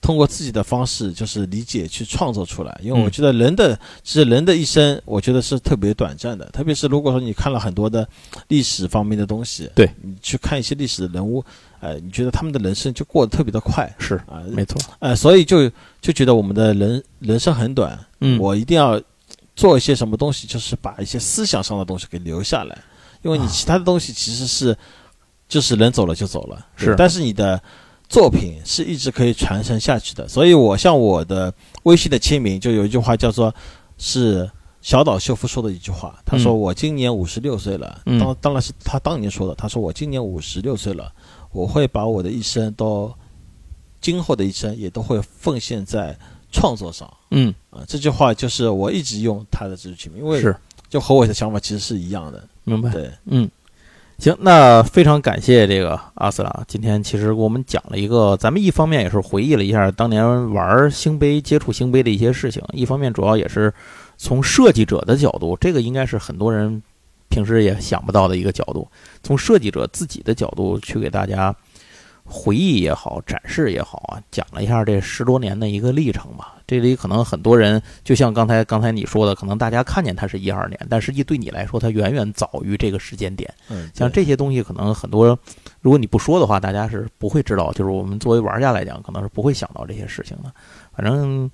C: 通过自己的方式，就是理解去创作出来。因为
A: 嗯
C: 我觉得人的，其实人的一生，我觉得是特别短暂的。特别是如果说你看了很多的历史方面的东西，
A: 对
C: 你去看一些历史的人物，呃，你觉得他们的人生就过得特别的快
A: 是
C: 啊，
A: 没错，
C: 呃，所以就就觉得我们的人人生很短，
A: 嗯，
C: 我一定要做一些什么东西，就是把一些思想上的东西给留下来，因为你
A: 啊
C: 其他的东西其实是，就是人走了就走了，对
A: 是
C: 但是你的作品是一直可以传承下去的。所以我像我的微信的签名，就有一句话叫做是。小岛秀夫说的一句话，他说：“
A: 嗯
C: 我今年五十六岁了，
A: 嗯
C: 当当然是他当年说的。他说我今年五十六岁了，我会把我的一生都，今后的一生也都会奉献在创作上。
A: 嗯
C: 啊，这句话就是我一直用他的这句起名，因为
A: 是
C: 就和我的想法其实是一样的。
A: 明白，
C: 对，
A: 嗯。行，那非常感谢这个阿斯拉，今天其实给我们讲了一个，咱们一方面也是回忆了一下当年玩星杯、接触星杯的一些事情，一方面主要也是从设计者的角度，这个应该是很多人平时也想不到的一个角度，从设计者自己的角度去给大家回忆也好，展示也好啊，讲了一下这十多年的一个历程吧。这里可能很多人就像刚才刚才你说的，可能大家看见它是一二年，但实际对你来说，它远远早于这个时间点。
C: 嗯，
A: 像
C: 对
A: 这些东西，可能很多如果你不说的话，大家是不会知道。就是我们作为玩家来讲，可能是不会想到这些事情的。反正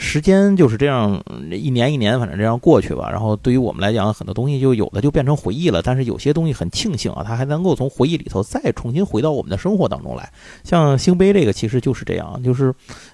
A: 时间就是这样，嗯一年一年，反正这样过去吧。然后对于我们来讲，很多东西就有的就变成回忆了，但是有些东西很庆幸啊，它还能够从回忆里头再重新回到我们的生活当中来。像星杯这个其实就是这样，就是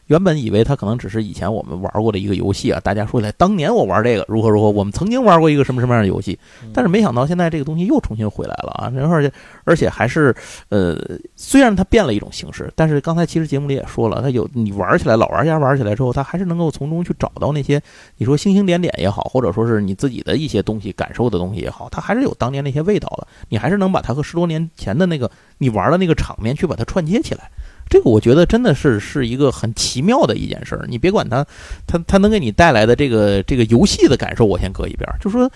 A: 原本以为它可能只是以前我们玩过的一个游戏啊，大家说起来当年我玩这个如何如何，我们曾经玩过一个什么什么样的游戏，但是没想到现在这个东西又重新回来了啊，然后而且而且还是呃，虽然它变了一种形式，但是刚才其实节目里也说了，它有你玩起来，老玩家玩起来之后，他还是能够从中去找到那些你说星星点点也好，或者说是你自己的一些东西感受的东西也好，它还是有当年那些味道的，你还是能把它和十多年前的那个你玩的那个场面去把它串接起来。这个我觉得真的是是一个很奇妙的一件事儿，你别管它，它它能给你带来的这个这个游戏的感受，我先搁一边儿，就说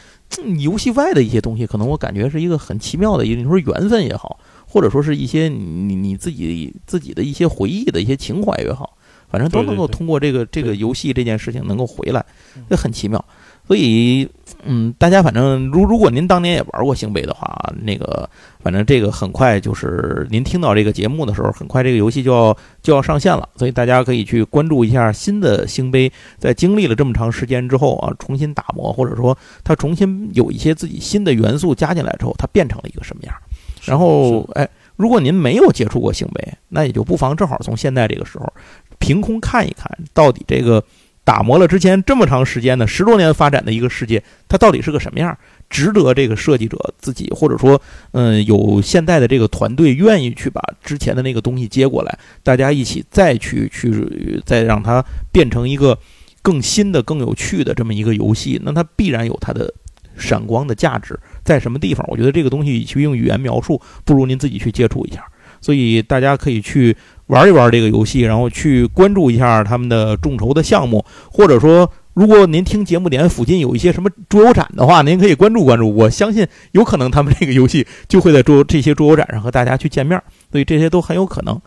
A: 嗯游戏外的一些东西，可能我感觉是一个很奇妙的一个，你说缘分也好，或者说是一些你你你自己自己的一些回忆的一些情怀也好，反正都
B: 对对
A: 能够
B: 对
A: 通过这个这个
B: 对
A: 游戏这件事情能够回来
B: 嗯，
A: 这很奇妙。所以，嗯，大家反正如如果您当年也玩过星杯的话，那个反正这个很快就是您听到这个节目的时候，很快这个游戏就要就要上线了，所以大家可以去关注一下新的星杯，在经历了这么长时间之后啊，重新打磨，或者说它重新有一些自己新的元素加进来之后，它变成了一个什么样。
B: 是
A: 然后
B: 是，
A: 哎，如果您没有接触过星杯，那也就不妨正好从现在这个时候，凭空看一看，到底这个打磨了之前这么长时间的十多年发展的一个世界，它到底是个什么样儿，值得这个设计者自己或者说，嗯，有现在的这个团队愿意去把之前的那个东西接过来，大家一起再去去再让它变成一个更新的、更有趣的这么一个游戏，那它必然有它的闪光的价值。在什么地方？我觉得这个东西去用语言描述，不如您自己去接触一下。所以大家可以去玩一玩这个游戏，然后去关注一下他们的众筹的项目，或者说，如果您听节目点附近有一些什么桌游展的话，您可以关注关注。我相信有可能他们这个游戏就会在桌这些桌游展上和大家去见面，所以这些都很有可能。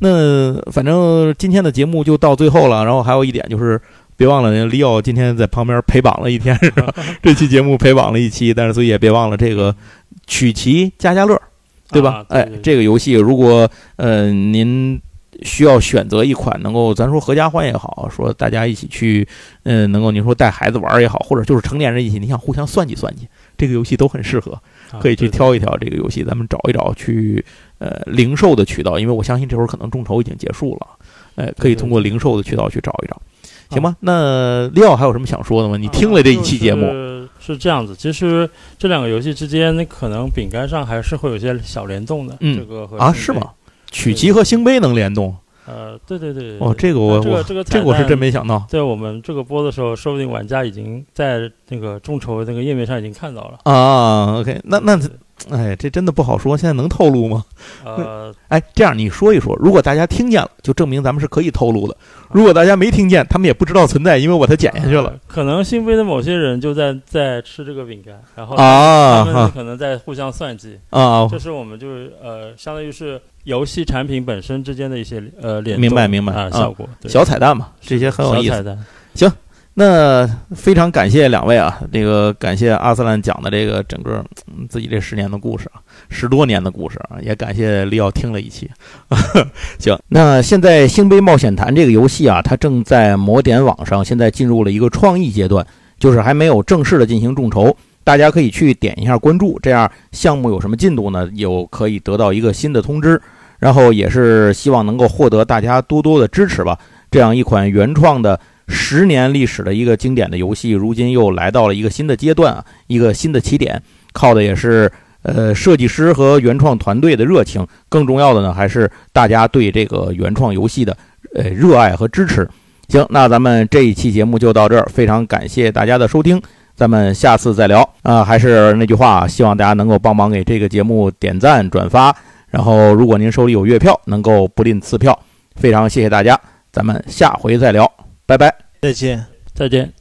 A: 那反正今天的节目就到最后了，然后还有一点就是。别忘了，李奥今天在旁边陪榜了一天，是吧？这期节目陪榜了一期，但是所以也别忘了这个曲奇加加乐，对吧？
B: 啊对
A: 哎，这个游戏如果呃您需要选择一款能够咱说合家欢也好，说大家一起去，嗯、能够您说带孩子玩儿也好，或者就是成年人一起，你想互相算计算计，这个游戏都很适合，
B: 啊
A: 可以去
B: 对的
A: 挑一挑这个游戏，咱们找一找去呃零售的渠道，因为我相信这会儿可能众筹已经结束了，哎，可以通过零售的渠道去找一找，行吧？那利奥还有什么想说的吗？你听了这一期节目
B: 啊，就是是这样子，其实这两个游戏之间可能饼干上还是会有一些小联动的。
A: 嗯
B: 这个和
A: 啊，
B: 圣
A: 是
B: 杯
A: 吗？？曲奇和星杯能联动
B: 呃，对对对。对
A: 哦，
B: 对
A: 这个我
B: 这
A: 我
B: 个这个
A: 这
B: 彩
A: 个我是
B: 蛋
A: 真没想到
B: 在我们这个播的时候，说不定玩家已经在那个众筹那个页面上已经看到了。
A: 啊。OK，那那
B: 对
A: 哎，这真的不好说，现在能透露吗？
B: 呃，
A: 哎，这样你说一说，如果大家听见了，就证明咱们是可以透露的；如果大家没听见，他们也不知道存在，因为我它剪下去哎了
B: 呃可能新飞的某些人就在在吃这个饼干，然后他
A: 啊
B: 们
A: 哈
B: 可能在互相算计。
A: 啊！
B: 这是我们就是呃，相当于是游戏产品本身之间的一些呃联动
A: 明白明白啊
B: 啊效果。对
A: 小彩蛋嘛，这些很有意
B: 小
A: 思。
B: 彩蛋
A: 那非常感谢两位啊，这个感谢阿斯兰讲的这个整个嗯自己这十年的故事啊，十多年的故事啊，也感谢利奥听了一期。 行，那现在《星杯冒险谈》这个游戏啊，它正在魔点网上，现在进入了一个创意阶段，就是还没有正式的进行众筹。大家可以去点一下关注，这样项目有什么进度呢，有可以得到一个新的通知。然后也是希望能够获得大家多多的支持吧。这样一款原创的十年历史的一个经典的游戏，如今又来到了一个新的阶段啊，一个新的起点，靠的也是呃设计师和原创团队的热情，更重要的呢还是大家对这个原创游戏的呃热爱和支持。行，那咱们这一期节目就到这儿，非常感谢大家的收听，咱们下次再聊。啊、还是那句话啊，希望大家能够帮忙给这个节目点赞、转发，然后如果您手里有月票，能够不吝赐票，非常谢谢大家，咱们下回再聊，拜拜。
C: 再见。
B: 再见。